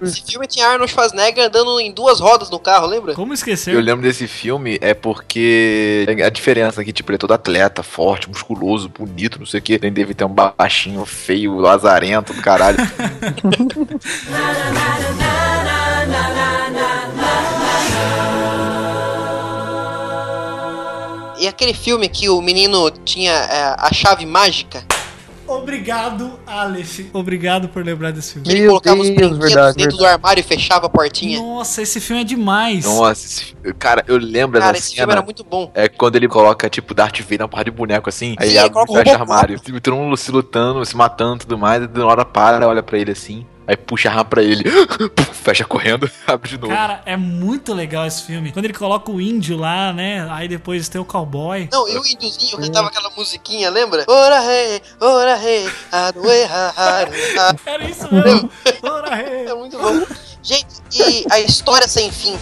A: Esse filme tinha Arnold Schwarzenegger andando em duas rodas no carro, lembra?
B: Como
C: Eu
B: esquecer?
C: lembro desse filme é porque a diferença aqui, tipo, ele é todo atleta, forte, musculoso, bonito, não sei o quê. Nem deve ter um baixinho feio, lazarento do caralho.
A: E aquele filme que o menino tinha é, a chave mágica,
B: Obrigado, Aleph. Obrigado por lembrar desse filme.
A: que ele
E: Meu
A: colocava os
E: Deus,
A: brinquedos
E: verdade,
A: dentro do armário e fechava a portinha.
B: Nossa, esse filme é demais.
C: Nossa, esse fi- cara, eu lembro
A: Cara,
C: dessa
A: esse filme era
C: cena.
A: muito bom.
C: É quando ele coloca, tipo, Darth Vader na porra de boneco assim, aí
A: Sim,
C: ele abre
A: coloca
C: o
A: o
C: fecha
A: Robocop.
C: armário. Tipo, todo mundo se lutando, se matando e tudo mais, e de uma hora para, olha pra ele assim, aí puxa a arma pra ele, fecha correndo, abre de novo.
B: Cara, é muito legal esse filme. Quando ele coloca o índio lá, né? Aí depois tem o cowboy.
A: Não, e o índiozinho cantava aquela musiquinha, lembra? Ora rei, ora rei, aroe, ha, ha, ha.
B: Era isso mesmo. Ora, hey.
A: É muito bom. Gente, e a história sem fim.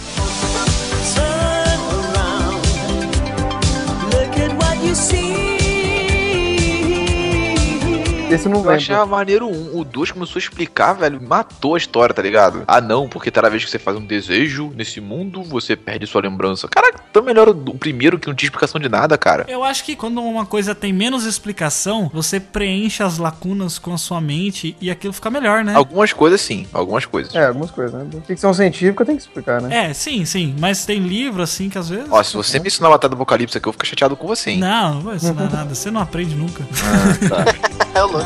E: Esse eu não
C: Eu
E: lembro.
C: achava maneiro um. O 2 começou a explicar, velho. Matou a história, tá ligado? Ah, não, porque cada vez que você faz um desejo nesse mundo, você perde sua lembrança. Caraca, tão melhor o o primeiro que não tinha explicação de nada, cara.
B: Eu acho que quando uma coisa tem menos explicação, você preenche as lacunas com a sua mente e aquilo fica melhor, né?
C: Algumas coisas sim, algumas coisas.
E: É, algumas coisas, né? Ficção científica tem que explicar, né?
B: É, sim, sim. Mas tem livro assim que às vezes.
C: Ó, se você me ensinar a batalha do Apocalipse aqui, eu vou ficar chateado com você, hein?
B: Não, não vai ensinar nada. Você não aprende nunca.
C: Ah, tá.
A: É louco.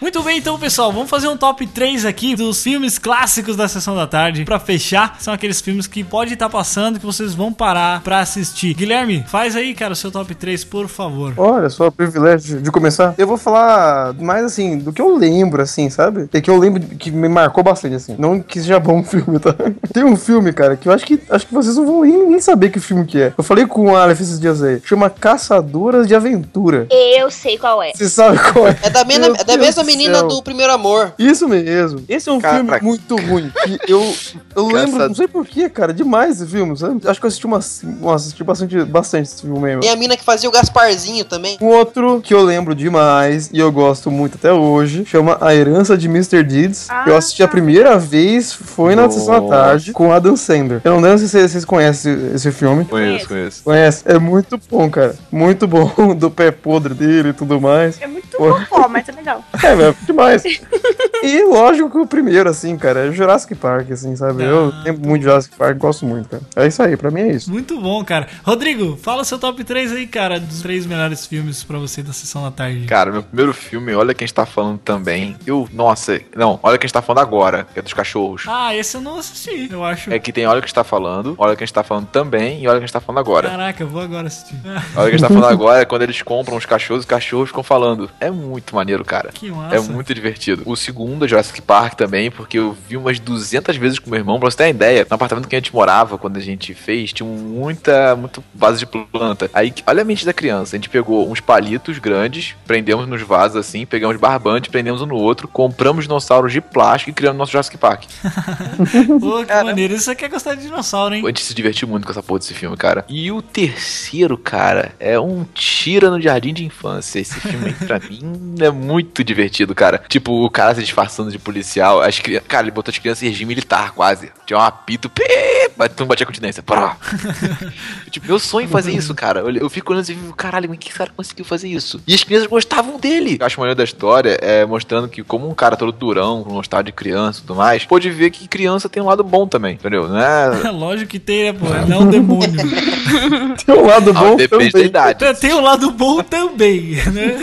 B: Muito bem, então, pessoal, vamos fazer um top 3 aqui dos filmes clássicos da sessão da tarde. Pra fechar, são aqueles filmes que pode estar passando que vocês vão parar pra assistir. Guilherme, faz aí, cara, o seu top 3, por favor.
E: Olha só, o privilégio de começar. Eu vou falar mais assim, do que eu lembro, assim, sabe? E que eu lembro que me marcou bastante, assim. Não que seja bom o filme, tá? Tem um filme, cara, que eu acho que acho que vocês não vão nem, nem saber que filme que é. Eu falei com o Aleph esses dias aí. Chama Caçadoras de Aventura.
I: Eu sei qual é.
E: Você sabe qual é?
A: É da, mena-
E: Meu
A: é da
E: Deus
A: mesma
E: do
A: menina
E: céu.
A: do primeiro amor.
E: Isso mesmo. Esse é um
C: Caraca.
E: filme muito ruim. que eu eu lembro,
C: Caça-
E: não sei porquê, cara, demais esse filme, sabe? Acho que eu assisti umas. Nossa, assisti bastante, bastante esse filme mesmo.
A: Tem a mina que fazia o Gasparzinho também.
E: Um outro que eu lembro demais e eu gosto muito até hoje chama A Herança de Mr. Deeds. eu assisti a primeira vez, foi na
C: Nossa.
E: sessão da tarde, com Adam Sandler. Eu não lembro se vocês vocês conhecem esse- esse filme.
C: conheço, conheço.
E: Conhece? É muito bom, cara. Muito bom. Do pé podre dele e tudo mais.
I: É muito
E: Pô.
I: bom, mas é legal.
E: É, velho, demais. E lógico que o primeiro, assim, cara, é Jurassic Park, assim, sabe? Eu lembro muito de Jurassic Park, gosto muito, cara. É isso aí, pra mim é isso.
B: Muito bom, cara. Rodrigo, fala seu top 3 aí, cara, dos três melhores filmes pra você da sessão da tarde.
C: Cara, meu primeiro filme, olha quem a gente tá falando também. Eu, nossa, não, olha quem a gente tá falando agora, que é dos cachorros.
B: Ah, esse eu não assisti, eu acho.
C: É que tem Olha o que está falando, Olha o que a gente tá falando também e Olha o que a gente tá falando agora.
B: Caraca, eu vou agora assistir. Ah,
C: Olha o que a gente tá falando agora é quando eles compram os cachorros, os cachorros ficam falando. É muito maneiro, cara.
B: que massa.
C: É muito divertido. O segundo é Jurassic Park também, porque eu vi umas 200 vezes com meu irmão, pra você ter uma ideia. No apartamento que a gente morava, quando a gente fez, tinha muita, muito vaso de planta. Aí, olha a mente da criança. A gente pegou uns palitos grandes, prendemos nos vasos assim, pegamos barbante, prendemos um no outro, compramos dinossauros de plástico e criamos nosso Jurassic Park.
B: Pô, que maneiro. Isso aqui é gostar de dinossauro, hein?
C: A gente se divertiu muito com essa porra desse filme, cara. E o terceiro, cara, é um tira no jardim de infância. Esse filme, aí, pra mim, é muito divertido, cara. Tipo, o cara se disfarçando de policial. As crianças. Cara, ele botou as crianças em regime militar, quase. Tinha um apito. Pi, bate- tu não batia a continência. Pá. tipo, meu sonho é fazer isso, cara. Eu, eu fico olhando assim e fico, caralho, como é que esse cara conseguiu fazer isso? E as crianças gostavam dele. Eu Acho maneiro da história é mostrando que, como um cara todo durão, com estado de criança e tudo mais, pôde ver que criança tem um lado bom também, entendeu? Não é
B: Lógico que tem, né, pô? Não é um demônio.
E: Tem um lado
C: Ah,
E: bom
C: depende da
E: também.
C: idade.
B: Tem- Tem o lado bom também, né?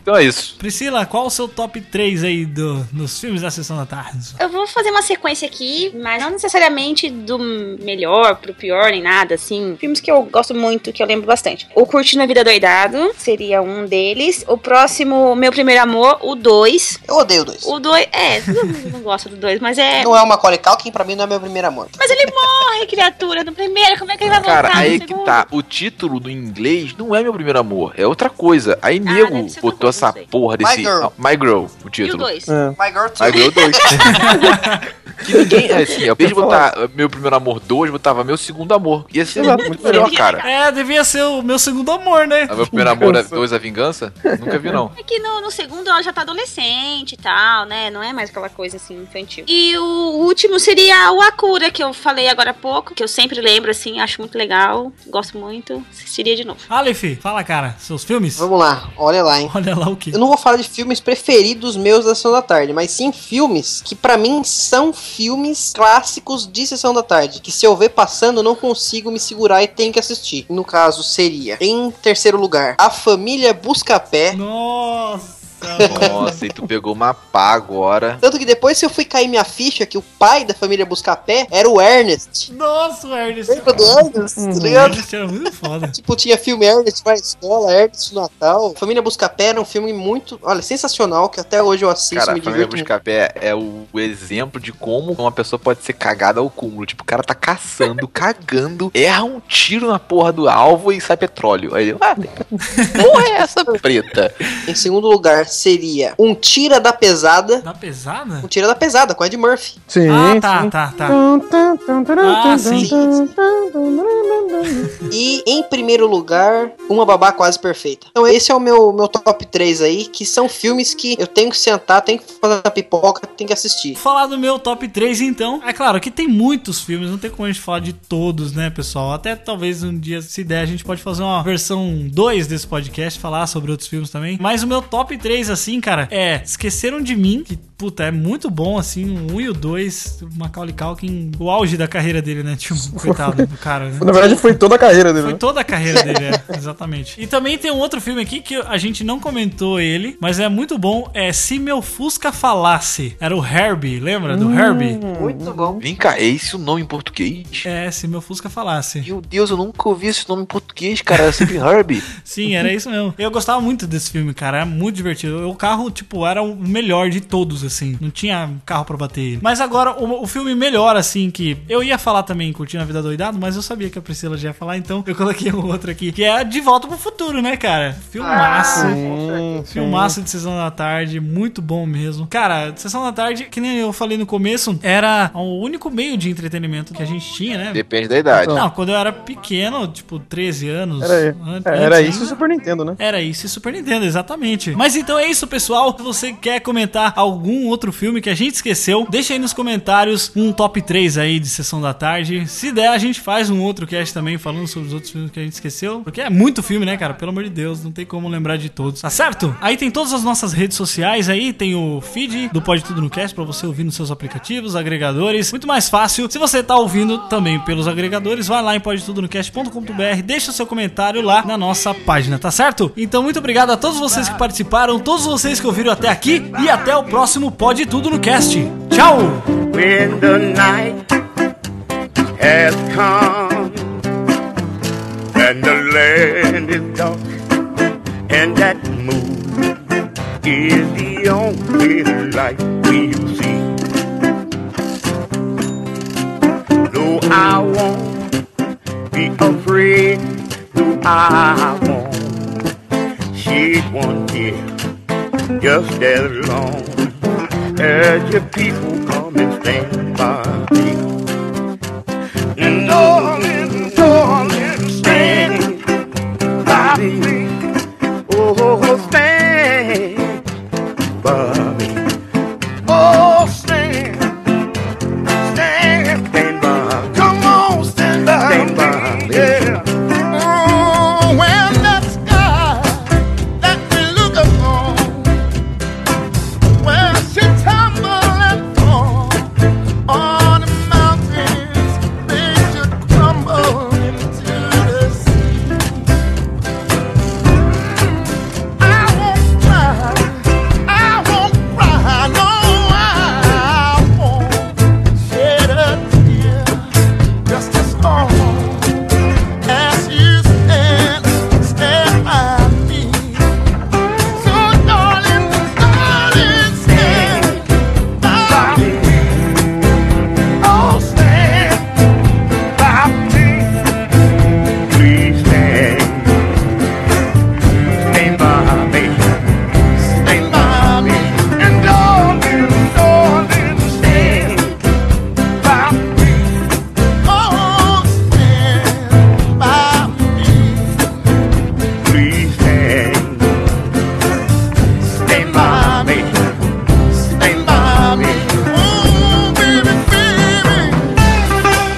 C: Então é isso.
B: Priscila, qual o seu top 3 aí do, dos filmes da Sessão da Tarde?
D: Eu vou fazer uma sequência aqui, mas não necessariamente do melhor pro pior, nem nada, assim. Filmes que eu gosto muito, que eu lembro bastante. O Curtindo a Vida Doidado seria um deles. O próximo, Meu Primeiro Amor, o 2.
A: Eu odeio dois.
D: O 2, é, todo mundo não gosta do 2, mas é...
A: Não é uma Macaulay Culkin, pra mim não é meu primeiro amor.
D: Mas ele morre, criatura, no primeiro, como é que ele vai voltar
C: Cara,
D: no
C: aí que
D: segundo?
C: tá. O título do inglês não é meu primeiro amor, é outra coisa. Aí nego
D: Ah, deve ser outra
C: botou
D: coisa,
C: essa
D: não sei.
C: porra desse.
A: My Girl.
C: Ah, My Girl, o
D: E o
C: título.
D: 2?
E: É.
A: My Girl too.
C: My Girl 2. que ninguém. é Assim, ao invés de botar ah, meu primeiro amor 2, botava meu segundo amor. Ia ser
E: Exato,
C: muito
E: muito
C: melhor,
D: melhor.
C: cara.
B: É, devia ser o meu segundo amor, né?
C: Ah, meu primeiro amor é
E: Vingança.
C: 2 a vingança? Nunca vi, não.
D: É que no, no segundo ela já tá adolescente e tal, né? Não é mais aquela coisa assim infantil. E o último seria o Akura, que eu falei agora há pouco, que eu sempre lembro, assim, acho muito legal, gosto muito, assistiria de novo.
B: Aleph, fala, cara, seus filmes?
A: Vamos lá, olha lá, hein.
B: Olha lá o que.
A: Eu não vou falar de filmes preferidos meus da Sessão da Tarde, mas sim filmes que pra mim são filmes clássicos de Sessão da Tarde, que se eu ver passando eu não consigo me segurar e tenho que assistir. No caso seria, em terceiro lugar, A Família Buscapé.
B: Nossa!
C: Nossa, e tu pegou uma pá agora.
A: Tanto que depois que eu fui cair minha ficha que o pai da família Buscapé era o Ernest.
B: Nossa, o Ernest.
A: Lembra do Ernest? Tá ligado?
B: Ernest era muito foda.
A: Tipo, tinha filme Ernest vai à escola, Ernest no Natal. Família Buscapé era um filme muito, olha, sensacional, que até hoje eu assisto,
C: Cara,
A: me
C: a família
A: divirto muito.
C: Buscapé é o exemplo de como uma pessoa pode ser cagada ao cúmulo. Tipo, o cara tá caçando, cagando, erra um tiro na porra do alvo e sai petróleo. Aí ele, ah, porra é essa preta?
A: Em segundo lugar seria Um Tira da Pesada.
B: Da pesada?
A: Um Tira da Pesada, com Ed Murphy.
E: Sim.
B: Ah, tá, tá, tá. Ah, sim.
A: E em primeiro lugar, Uma Babá Quase Perfeita. Então esse é o meu, meu top 3 aí, que são filmes que eu tenho que sentar, tenho que fazer a pipoca, tenho que assistir.
B: Falar do meu top 3, então. É claro que tem muitos filmes, não tem como a gente falar de todos, né, pessoal? Até talvez um dia, se der, a gente pode fazer uma versão 2 desse podcast, falar sobre outros filmes também. Mas o meu top 3, assim, cara, é Esqueceram de Mim, que, puta, é muito bom, assim, o 1 e o 2, Macaulay Culkin, o auge da carreira dele, né, tio? Coitado do cara, né?
E: Na verdade, foi toda a carreira dele.
B: Foi
E: né?
B: toda a carreira dele, é, exatamente. E também tem um outro filme aqui que a gente não comentou ele, mas é muito bom, é Se Meu Fusca Falasse. Era o Herbie, lembra do Herbie?
A: Muito bom.
C: Vem cá, é esse o nome em português?
B: É, Se Meu Fusca Falasse.
C: Meu Deus, eu nunca ouvi esse nome em português, cara. É sempre Herbie.
B: Sim, era isso mesmo. Eu gostava muito desse filme, cara, era muito divertido. O carro, tipo, era o melhor de todos, assim. Não tinha carro pra bater ele. Mas agora, o, o filme melhor, assim, que eu ia falar também em Curtindo a Vida Doidado, mas eu sabia que a Priscila já ia falar, então eu coloquei um outro aqui, que é De Volta pro Futuro, né, cara? Filmaço.
E: Sim, sim.
B: Filmaço de Sessão da Tarde, muito bom mesmo. Cara, Sessão da Tarde, que nem eu falei no começo, era o único meio de entretenimento que a gente tinha, né?
C: Depende da idade.
B: Não, quando eu era pequeno, tipo, 13 anos.
E: Era,
B: an-
E: é, era
B: antes,
E: isso e
B: né?
E: o Super Nintendo, né?
B: Era isso e Super Nintendo, exatamente. Mas então é isso, pessoal. Se você quer comentar algum outro filme que a gente esqueceu, deixa aí nos comentários um top 3 aí de Sessão da Tarde. Se der, a gente faz um outro cast também falando sobre os outros filmes que a gente esqueceu. Porque é muito filme, né, cara? Pelo amor de Deus, não tem como lembrar de todos. Tá certo? Aí tem todas as nossas redes sociais aí, tem o feed do Pode Tudo no Cast pra você ouvir nos seus aplicativos, agregadores. Muito mais fácil. Se você tá ouvindo também pelos agregadores, vai lá em podetudonocast.com.br, deixa o seu comentário lá na nossa página, tá certo? Então, muito obrigado a todos vocês que participaram, todos vocês que ouviram até aqui e até o próximo Pode Tudo no Cast. Tchau!
G: when the night has come and the land is dark and that moon is the only light we see. No, I won't be afraid. No, I won't. She won't hear just as long as your people come and stand by me. And darling, darling, stand by me. Oh, stand by me. Oh, stand, stand, stand by me. Come on, stand by stand By me. Yeah. Oh, when that sky that we look upon Stand by me. So darling, darling, stand by me. Oh, stand by me. Please stand, stand by me, stand by me. And darling, darling, stand by me. Oh, stand by me. Please stand. Stay by me. Stay by me. Oh, baby, baby.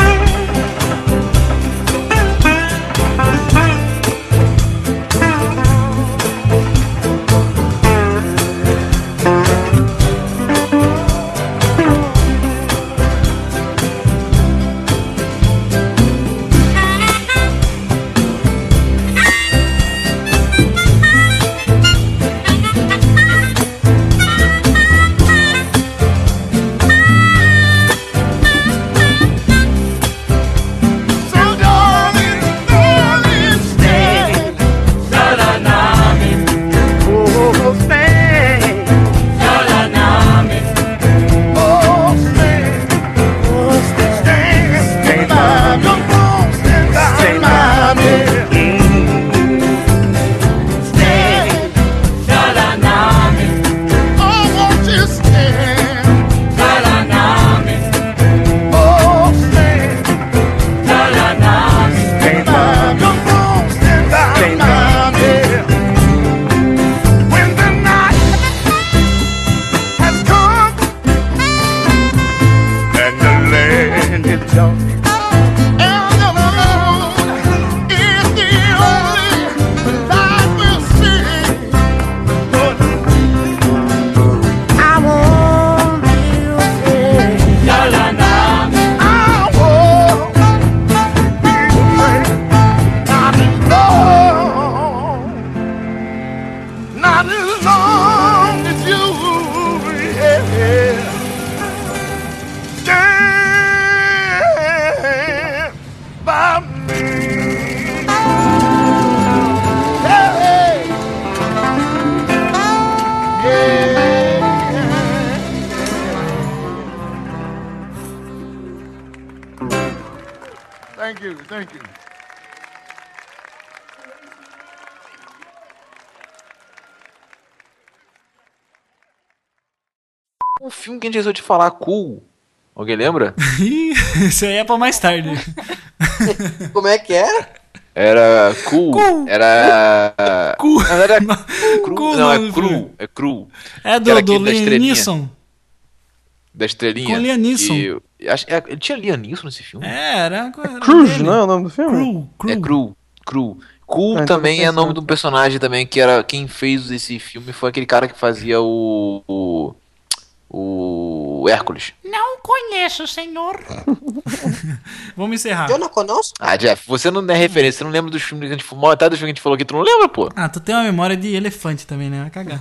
H: Thank you.
J: Thank you, thank you.
C: Um filme que a gente resolveu te falar, cool. Alguém lembra?
B: Isso aí é pra mais tarde.
A: Como é que era?
C: Era cool. Era. Cool. Não, era cru.
B: Cool,
C: não, é
B: mano,
C: cru.
B: filho.
C: É cru.
B: É
C: Que
B: do, do
C: era aquele da
B: Liam
C: estrelinha.
B: Neeson.
C: Da estrelinha.
B: Com Liam Neeson.
C: E- e acho- é- ele tinha Liam Neeson nesse filme?
B: É, era. era
E: Cruz,
B: dele.
E: não é o nome do filme?
B: Cru, cru.
C: É cru. Cru. Cool
E: Ah, então
C: também
E: não
C: é
E: tem
C: nome
E: som.
C: de um personagem também que era quem fez esse filme foi aquele cara que fazia o o, o Hércules.
B: Não conheço, senhor. Vamos encerrar.
A: Eu não conosco?
C: Ah, Jeff, você não é referência, você não lembra dos filmes que a gente falou, metade dos filmes que a gente falou aqui, tu não lembra, pô?
B: Ah, tu tem uma memória de elefante também, né? Vai cagar.